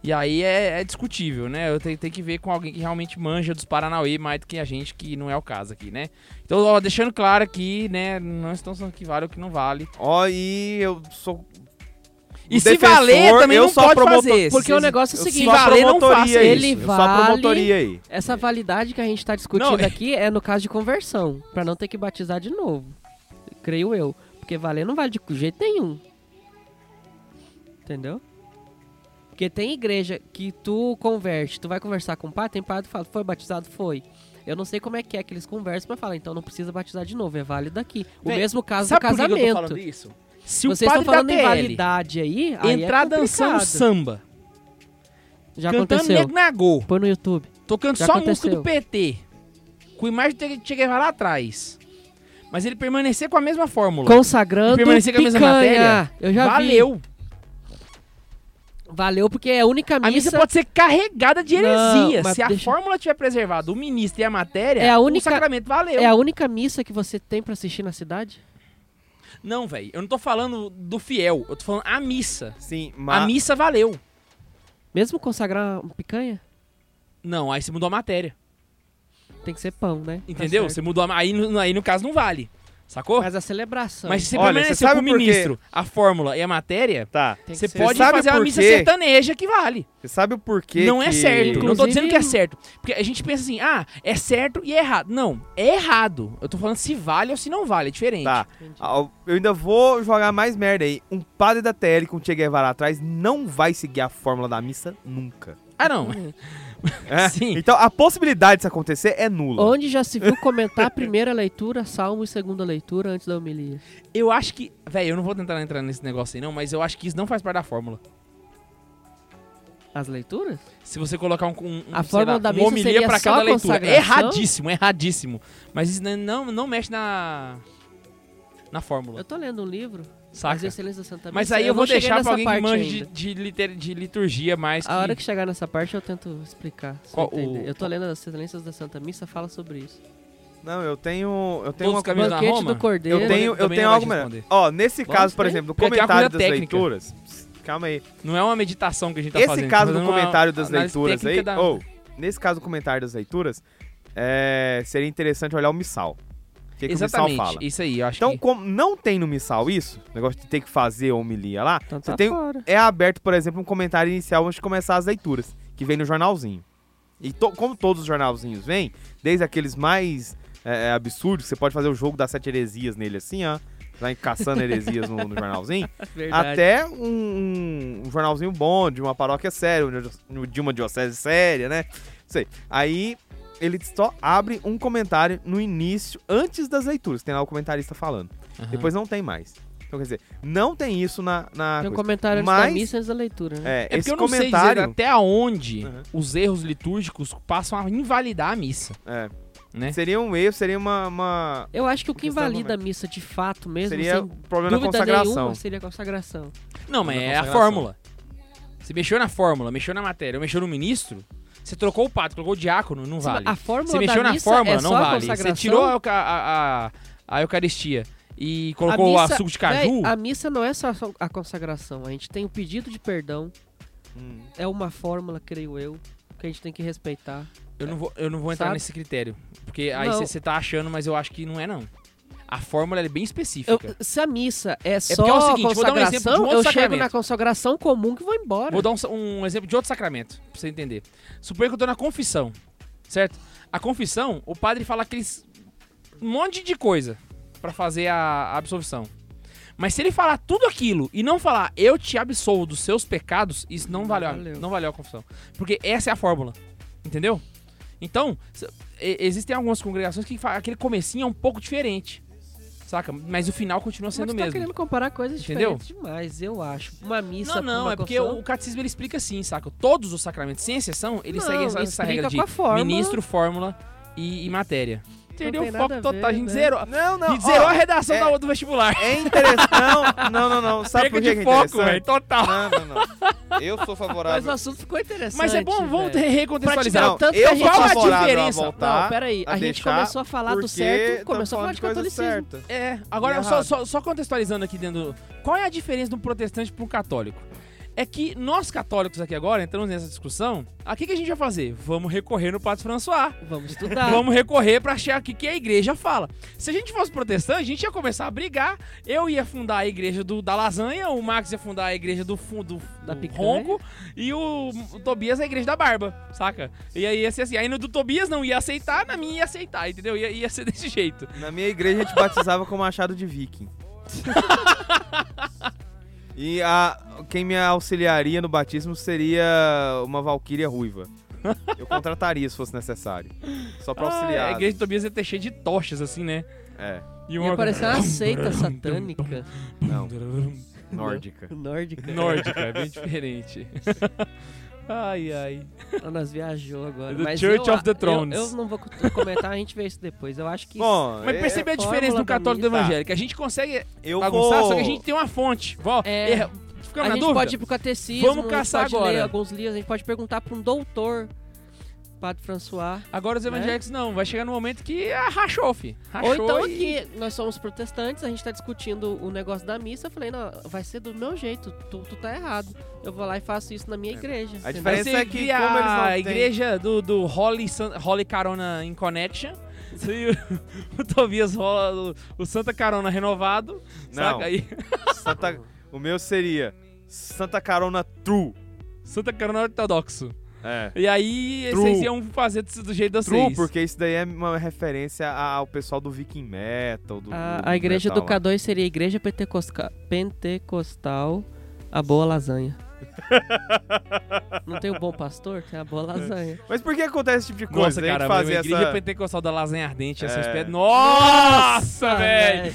E aí é, é discutível, né? Eu tenho, tenho que ver com alguém que realmente manja dos Paranauê mais do que a gente, que não é o caso aqui, né? Então, ó, deixando claro aqui, né? Não estão falando que vale ou que não vale. Ó, e eu sou. E o se defensor, valer, também eu não sou a pode promotor- fazer. Porque Se- o negócio é o Eu seguinte, sou a valer, não promotoria faça. isso. Ele eu sou vale- a promotoria aí. essa validade que a gente tá discutindo É. Não, aqui é no caso de conversão, pra não ter que batizar de novo. Creio eu. Porque valer não vale de jeito nenhum. Entendeu? Porque tem igreja que tu converte, tu vai conversar com o padre, tem padre que fala, foi batizado? Foi. Eu não sei como é que é que eles conversam, mas falam, então não precisa batizar de novo, é válido aqui. O Véi, mesmo caso do Sabe por que que eu tô casamento. falando isso? Se Vocês o padre estão falando da em PL validade aí, é aí entrar é dançando complicado. samba, Já cantando aconteceu. Nego Nagô, Põe no YouTube. tocando Já só música aconteceu. do PT, com imagem do Che Guevara lá atrás, mas ele permanecer com a mesma fórmula, Consagrando e permanecer com a mesma picanha. matéria, Eu já vi. valeu. Valeu porque é a única A missa, missa pode ser carregada de Não, heresia. mas Se a deixa- fórmula tiver preservada, o ministro e a matéria, É a única- o sacramento valeu. é a única missa que você tem pra assistir na cidade? Não, velho, eu não tô falando do fiel, eu tô falando a missa. Sim, A mas. missa valeu. Mesmo consagrar uma picanha, Não, aí você mudou a matéria. tem que ser pão, né? Tá Entendeu? certo. você mudou a. ma- Aí, no- aí no caso não vale. Sacou? Mas a celebração. Mas se você Olha, você permaneceu sabe com o por quê? ministro, a fórmula e a matéria, Tá. Tem que você ser- pode Sabe fazer uma por missa quê? sertaneja que vale. Você sabe o porquê? não é que- certo. Não tô Inclusive- dizendo que é certo. Porque a gente pensa assim, ah, é certo e é errado. Não, é errado. Eu tô falando se vale ou se não vale, é diferente. Tá. Entendi. Ah, Eu ainda vou jogar mais merda aí. Um padre da TL com o Che Guevara atrás não vai seguir a fórmula da missa nunca. Ah, não. É? Sim. Então a possibilidade disso acontecer é nula. Onde já se viu comentar a primeira leitura, salmo e segunda leitura antes da homilia. Eu acho que. Velho, eu não vou tentar entrar nesse negócio aí, não, mas eu acho que isso não faz parte da fórmula. As leituras? Se você colocar um. um um, A sei fórmula lá, da uma missa homilia seria pra só cada a leitura. É consagração? erradíssimo, é erradíssimo. Mas isso não, não, não mexe na. Na fórmula. Eu tô lendo um livro, As Saca? Excelências da Santa Missa. Mas aí eu, não vou cheguei deixar nessa pra alguém que parte manja de, ainda. de, liter- de liturgia mais. A hora que chegar nessa parte eu tento explicar. se Qual eu entender. o- Eu tô lendo as excelências da Santa Missa, fala sobre isso. Não, eu tenho. Eu Todos tenho uma os caminhos da Banquete Roma? do Cordeiro. Eu tenho, eu também tenho não vai algo te melhor. responder. Ó, nesse Vamos caso, por ver. exemplo, do Porque aqui é uma comentário das coisa técnica. leituras. Pss, Calma aí. Não é uma meditação que a gente tá Esse fazendo. caso tá do fazendo uma comentário das análise leituras técnica aí. da- Ou, nesse caso do comentário das leituras, é, seria interessante olhar o missal. O que, que o missal Exatamente. fala? Isso aí, eu acho Então, que. como não tem no missal isso, negócio de ter que fazer a homilia lá, Então você tá tem, fora. é aberto, por exemplo, um comentário inicial antes de começar as leituras, que vem no jornalzinho. E to- como todos os jornalzinhos vêm, desde aqueles mais é, é, absurdos, que você pode fazer o jogo das sete heresias nele assim, ó, lá em caçando heresias no, no jornalzinho, até um- um, um jornalzinho bom, de uma paróquia séria, um- de uma diocese séria, né? Não sei. Aí ele só abre um comentário no início, antes das leituras, tem lá o comentarista falando. Aham. Depois não tem mais. Então, quer dizer, não tem isso na. na Tem um coisa. comentário antes da Mas- missa antes da leitura, né? É É, porque esse eu não sei dizer comentário até aonde Aham. os erros litúrgicos passam a invalidar a missa. né? seria um erro, seria uma. uma- Eu acho que o que Questão do invalida a missa de fato mesmo, seria sem um problema na dúvida consagração. nenhuma, seria a consagração. Não, mas Na é a consagração. fórmula. Você mexeu na fórmula, mexeu na matéria, mexeu no ministro, você trocou o padre, colocou o diácono, não vale. A fórmula Você mexeu da na missa fórmula, é não só a vale. Você consagração. tirou a, euca- a, a- a Eucaristia e colocou A o missa- suco de caju. Véi, a missa não é só a consagração. A gente tem o pedido de perdão. Hum. É uma fórmula, creio eu, que a gente tem que respeitar. Eu não vou, eu não vou entrar Sabe? nesse critério. Porque aí Não. você tá achando, mas eu acho que não é, não. A fórmula ela é bem Eu- específica. se a missa é só porque é o seguinte, vou dar um exemplo de consagração, um outro eu chego sacramento. na consagração comum que vou embora. Vou dar um, um exemplo de outro sacramento, pra você entender. Suponha que eu tô na confissão, certo? A confissão, o padre fala aqueles um monte de coisa pra fazer a, a absolvição. Mas se ele falar tudo aquilo e não falar eu te absolvo dos seus pecados, isso não, Não valeu, a- valeu. não valeu a confissão. Porque essa é a fórmula. Entendeu? Então, se- e- existem algumas congregações que fa- aquele comecinho é um pouco diferente. Saca? Mas o final continua Mas sendo o você tá mesmo. querendo comparar coisas Entendeu? diferentes demais, eu acho. Uma missa Não, com não, uma é porque confissão- o catecismo ele explica assim, saca? Todos os sacramentos, sem exceção, ele Não, segue essa, essa explica regra de com a fórmula. ministro, fórmula e, e matéria. Perdeu tem o foco nada a total, ver, a gente né? zerou. Não, a não. gente zerou ó, a redação é- da, do vestibular. É interessante. não, não, não, não. Sabe Perca por que de que é foco, velho, interessante? total. Não, não, não. Eu sou Mas o favorável. assunto ficou interessante. Mas é bom, vamos velho. recontextualizar. Não, o tanto que a eu gente- sou Qual a favorável a diferença? voltar. Não, peraí. A, a gente deixar, começou a falar do porque certo, estamos começou a falando falar de coisa catolicismo. certa. É, agora E só, errado. só, só contextualizando aqui dentro. do- Qual é a diferença de um protestante para um católico? é que nós católicos aqui agora entramos nessa discussão. Aqui que a gente vai fazer? Vamos recorrer no Padre François. Vamos estudar. Vamos recorrer pra achar o que que a igreja fala. Se a gente fosse protestante, a gente ia começar a brigar. Eu ia fundar a igreja do, da lasanha, o Max ia fundar a igreja do fundo Da do picanha. ronco e o, o Tobias a igreja da barba, saca? E aí ia ser assim. Aí no do Tobias não ia aceitar, na minha ia aceitar, entendeu? Ia, ia ser desse jeito. Na minha igreja a gente batizava com machado de viking. e a, quem me auxiliaria no batismo seria uma valquíria ruiva. Eu contrataria se fosse necessário. Só pra Ah, auxiliar. a igreja do Tobias ia ter cheia de tochas, assim, né? É, E Ia parecer uma seita satânica não, nórdica. nórdica. Nórdica, é bem diferente. ai, ai. Ah, Nós viajou agora. The mas Church eu, of the eu- Thrones. Eu, não vou co- comentar, a gente vê isso depois. Eu acho que Bom, Mas é- percebe a fórmula diferença do pra católico e do mim. evangélico. A gente consegue eu bagunçar, Então vou... só que a gente tem uma fonte. Vó, É. erra- Ficamos a na gente dúvida? pode ir pro catecismo, Vamos a gente caçar pode agora. ler alguns livros, a gente pode perguntar pra um doutor, Padre François. Agora os evangélicos não, vai chegar no momento que ah, rachou, fi. Rachou Né? Ou então e- aqui, nós somos protestantes, a gente tá discutindo o negócio da missa, eu falei, não, vai ser do meu jeito, tu, tu tá errado. Eu vou lá e faço isso na minha igreja. É, A entendeu? Vai Parece ser é que que como eles não a têm- igreja do, do Holy, San- Holy Carona in Connection e o, o Tobias rola o, o Santa Carona renovado, Não, saca aí? Santa- o meu seria Santa Carona True. Santa Carona ortodoxo. É. E aí True. vocês iam fazer do do jeito de True, vocês. porque isso daí é uma referência ao pessoal do Viking Metal. Do, A, a igreja do metal lá. K2 seria a igreja pentecosca- pentecostal, a boa lasanha. não tem o bom pastor? Tem a boa lasanha. Mas por que acontece esse tipo de coisa? Nossa, Tem que cara, fazer a igreja essa... pentecostal da lasanha ardente, essa É. espécie... Nossa, Ah, velho! velho.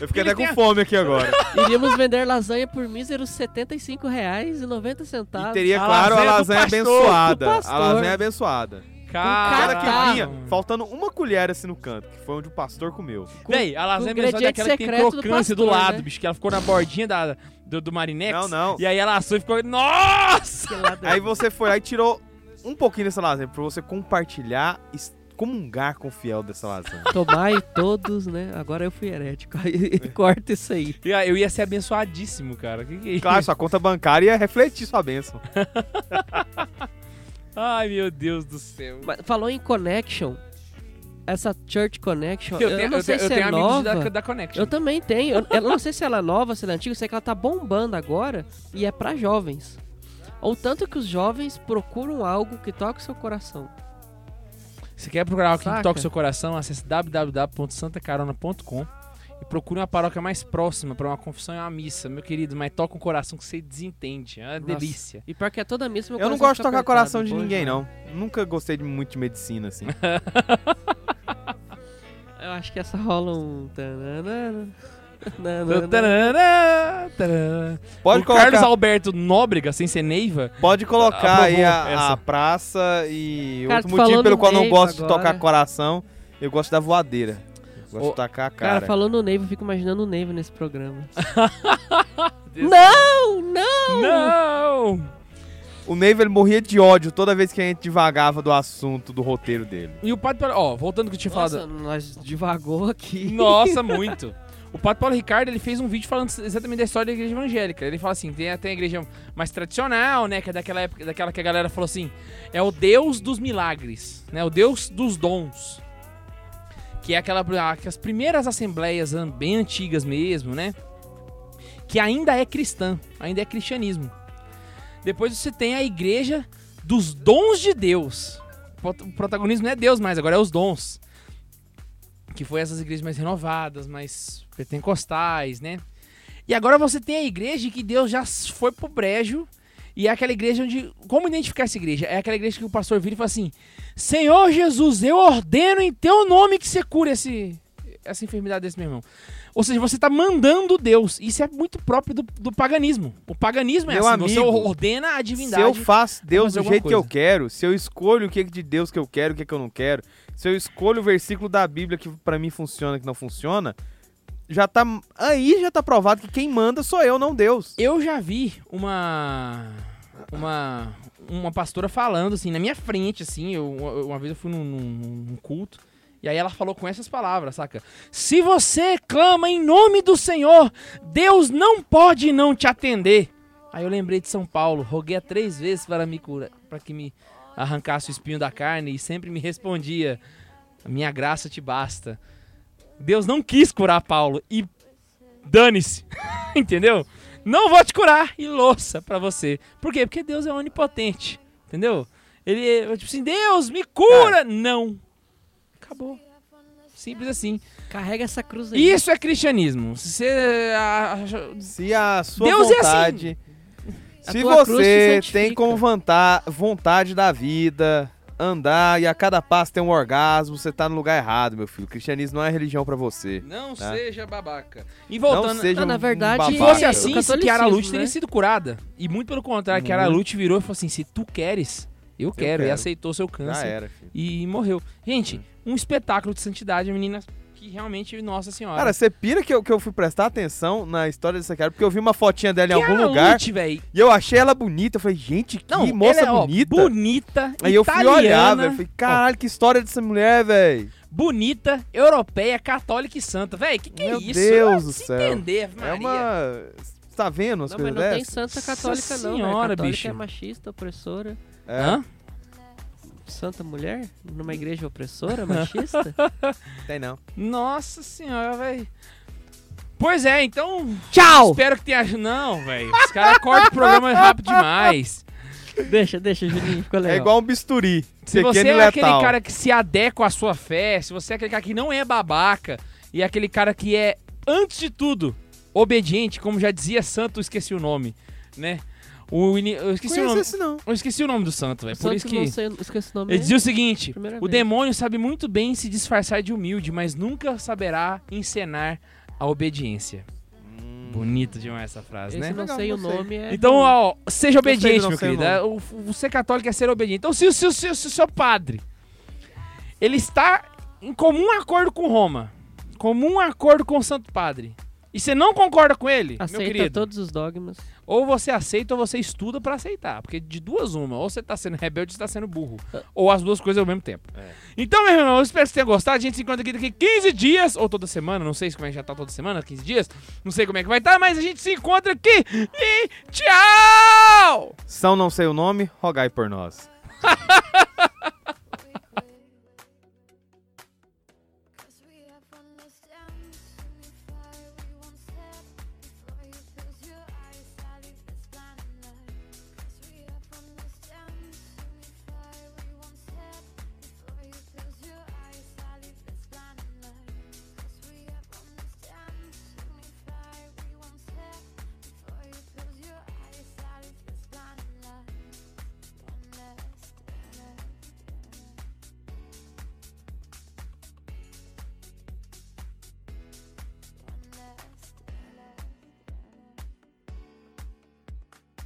Eu fiquei Ele até tem com a- fome aqui agora. Iríamos vender lasanha por míseros R$ 75,90. E teria, A claro, a lasanha lasanha do pastor, abençoada. do A pastor. lasanha abençoada. Cara que Caralho. vinha, faltando uma colher assim no canto, que foi onde o pastor comeu. Véi, a lasanha com abençoada é aquela que tem ingrediente secreto do crocância do, pastor, lado, né? bicho, que ela ficou na bordinha da, do, do Marinex. Não, não. E aí ela assou e ficou... Nossa! Que lá dentro. Aí você foi lá e tirou um pouquinho dessa lasanha pra você compartilhar, es- comungar com o fiel dessa lasanha. Tomai todos, né? Agora eu fui herético. Aí É. corta isso aí. E aí Eu ia ser abençoadíssimo, cara. Que que é isso? Claro, sua conta bancária ia refletir sua bênção. Ai, meu Deus do céu. Mas falou em connection. Essa Church Connection, eu, Eu, tenho, não eu sei tenho- eu se tenho é amigos nova. da, da Connection. Eu também tenho. Eu, eu não sei se ela é nova, se ela é antiga, eu sei que ela tá bombando agora e é pra jovens. Ou tanto que os jovens procuram algo que toque o seu coração. Você quer procurar algo que Saca? toque seu coração? Acesse www.santacarona.com e procure uma paróquia mais próxima pra uma confissão e uma missa, meu querido. Mas toca um coração que você desentende. É uma Nossa. delícia. E pior que é toda missa, meu Eu não coração gosto de fica tocar apertado. coração tá de Pois ninguém, é. não. Nunca gostei de- muito de medicina, assim. Eu acho que essa rola um. tananana, tananana. Tananã, tananã. Pode o Carlos colocar, Alberto Nóbrega, sem ser Neiva, pode colocar Aprovou aí a, essa. a praça e Cara, tu outro motivo falou pelo no qual eu não meio gosto de agora. tocar coração, eu gosto da voadeira. Eu Gosto Ô, de tacar a cara. Cara, falou no Neiva, eu fico imaginando o Neiva nesse programa. Deus. não, não! Não! O Neiva ele morria de ódio toda vez que a gente divagava do assunto do roteiro dele. E o Padre Paulo. Ó, voltando ao que eu tinha Nossa, falado. nós divagou aqui. Nossa, muito. O Padre Paulo Ricardo ele fez um vídeo falando exatamente da história da igreja evangélica. Ele fala assim: tem até a igreja mais tradicional, né? Que é daquela época, daquela que a galera falou assim: é o Deus dos milagres, né? O Deus dos dons. Que é aquela a- que as primeiras assembleias an- bem antigas mesmo, né? Que ainda é cristã, ainda é cristianismo. Depois você tem a igreja dos dons de Deus. O protagonismo não é Deus mais, agora é os dons que foi essas igrejas mais renovadas, mais pentecostais, né? E agora você tem a igreja que Deus já s- foi pro brejo e é aquela igreja onde como identificar essa igreja? É aquela igreja que o pastor vira e fala assim: "Senhor Jesus, eu ordeno em teu nome que você cure esse essa enfermidade desse meu irmão". Ou seja, você tá mandando Deus. Isso é muito próprio do, do paganismo. O paganismo é Meu assim, amigo, você ordena a Se divindade. eu faço Deus fazer do alguma jeito que eu coisa. quero, se eu escolho o que é de Deus que eu quero, o que é que eu não quero, se eu escolho o versículo da Bíblia que pra mim funciona e que não funciona, já tá aí já tá provado que quem manda sou eu, não Deus. Eu já vi uma. Uma. Uma pastora falando, assim, na minha frente, assim. Eu, uma vez eu fui num, num- num culto. E aí ela falou com essas palavras, saca? Se você clama em nome do Senhor, Deus não pode não te atender. Aí eu lembrei de São Paulo, roguei a três vezes para me curar, para que me arrancasse o espinho da carne e sempre me respondia: "Minha graça te basta". Deus não quis curar Paulo e dane-se. Entendeu? Não vou te curar e louça pra você. Por quê? Porque Deus é onipotente. Entendeu? Ele é tipo assim, Deus, me Ah. cura! Não. Acabou. Simples assim. Carrega essa cruz aí. Isso é cristianismo. Se Você acha- Se a sua Deus é assim. vontade. A Se tua cruz te você santifica. tem como vanta- vontade da vida andar e a cada passo tem um orgasmo, você tá no lugar errado, meu filho. O cristianismo não é religião pra você. Não Tá. seja babaca. E Não voltando. seja Ah, na um verdade, se babaca. fosse é o assim, se catolicismo, Kiara Lute né? teria sido curada. E muito pelo contrário, Kiara Lute virou e falou assim: se tu queres, eu quero. E Uhum. quero. Ah, é. Uhum. aceitou seu Já câncer. era, filho. e morreu. Gente, um espetáculo de santidade, meninas que realmente, nossa senhora. Cara, você pira que eu, que eu fui prestar atenção na história dessa cara, porque eu vi uma fotinha dela em Que algum era lugar Lute, velho. e eu achei ela bonita. Eu falei, gente, que Não, moça ela é, ó, bonita. bonita, Aí eu fui italiana, olhar, velho. Falei, caralho, que história dessa mulher, velho. bonita, europeia, católica e santa. Velho, que que é Meu isso? Deus do Se céu. entender, Maria. É uma. Você tá vendo as Não, mas coisas não tem dessas? santa Nossa católica, não. velho. senhora, católica bicho. é machista, opressora. É. Hã? Santa mulher? Numa igreja opressora, machista? Tem não. Nossa senhora, velho. Pois é, então Tchau! espero que tenha... Não, velho, os caras cortam o programa rápido demais. Deixa, deixa, Juninho, ficou legal. É igual um bisturi. Se pequeno você e é aquele letal. cara que se adequa à sua fé, se você é aquele cara que não é babaca, e é aquele cara que é, antes de tudo, obediente, como já dizia santo, eu esqueci o nome, né? O, ini- eu, esqueci o Conheço nome, esse não. eu esqueci o nome do santo, velho. Por Santo isso não que. É sei, eu esqueci o nome Ele dele. dizia o seguinte: Primeira o vez. demônio sabe muito bem se disfarçar de humilde, mas nunca saberá encenar a obediência. Bonito demais essa frase, Hum. Esse né? não Legal, sei o gostei. nome. É Então, do- ó, seja Gostei de obediente, não meu ser querido. É, o- o- Ser católico é ser obediente. Então, se o seu, seu, seu, seu padre, ele está em comum acordo com Roma, comum acordo com o Santo Padre, e você não concorda com ele, meu Aceita querido, todos os dogmas. ou você aceita ou você estuda pra aceitar. Porque de duas uma, ou você tá sendo rebelde ou você tá sendo burro. Ou as duas coisas ao mesmo tempo. Então, meu irmão, eu espero que vocês tenham gostado. A gente se encontra aqui daqui 15 dias, ou toda semana, não sei como é que já tá toda semana, 15 dias. Não sei como é que vai estar, mas a gente se encontra aqui e tchau! São não sei o nome, rogai por nós. Cause we have one that sounds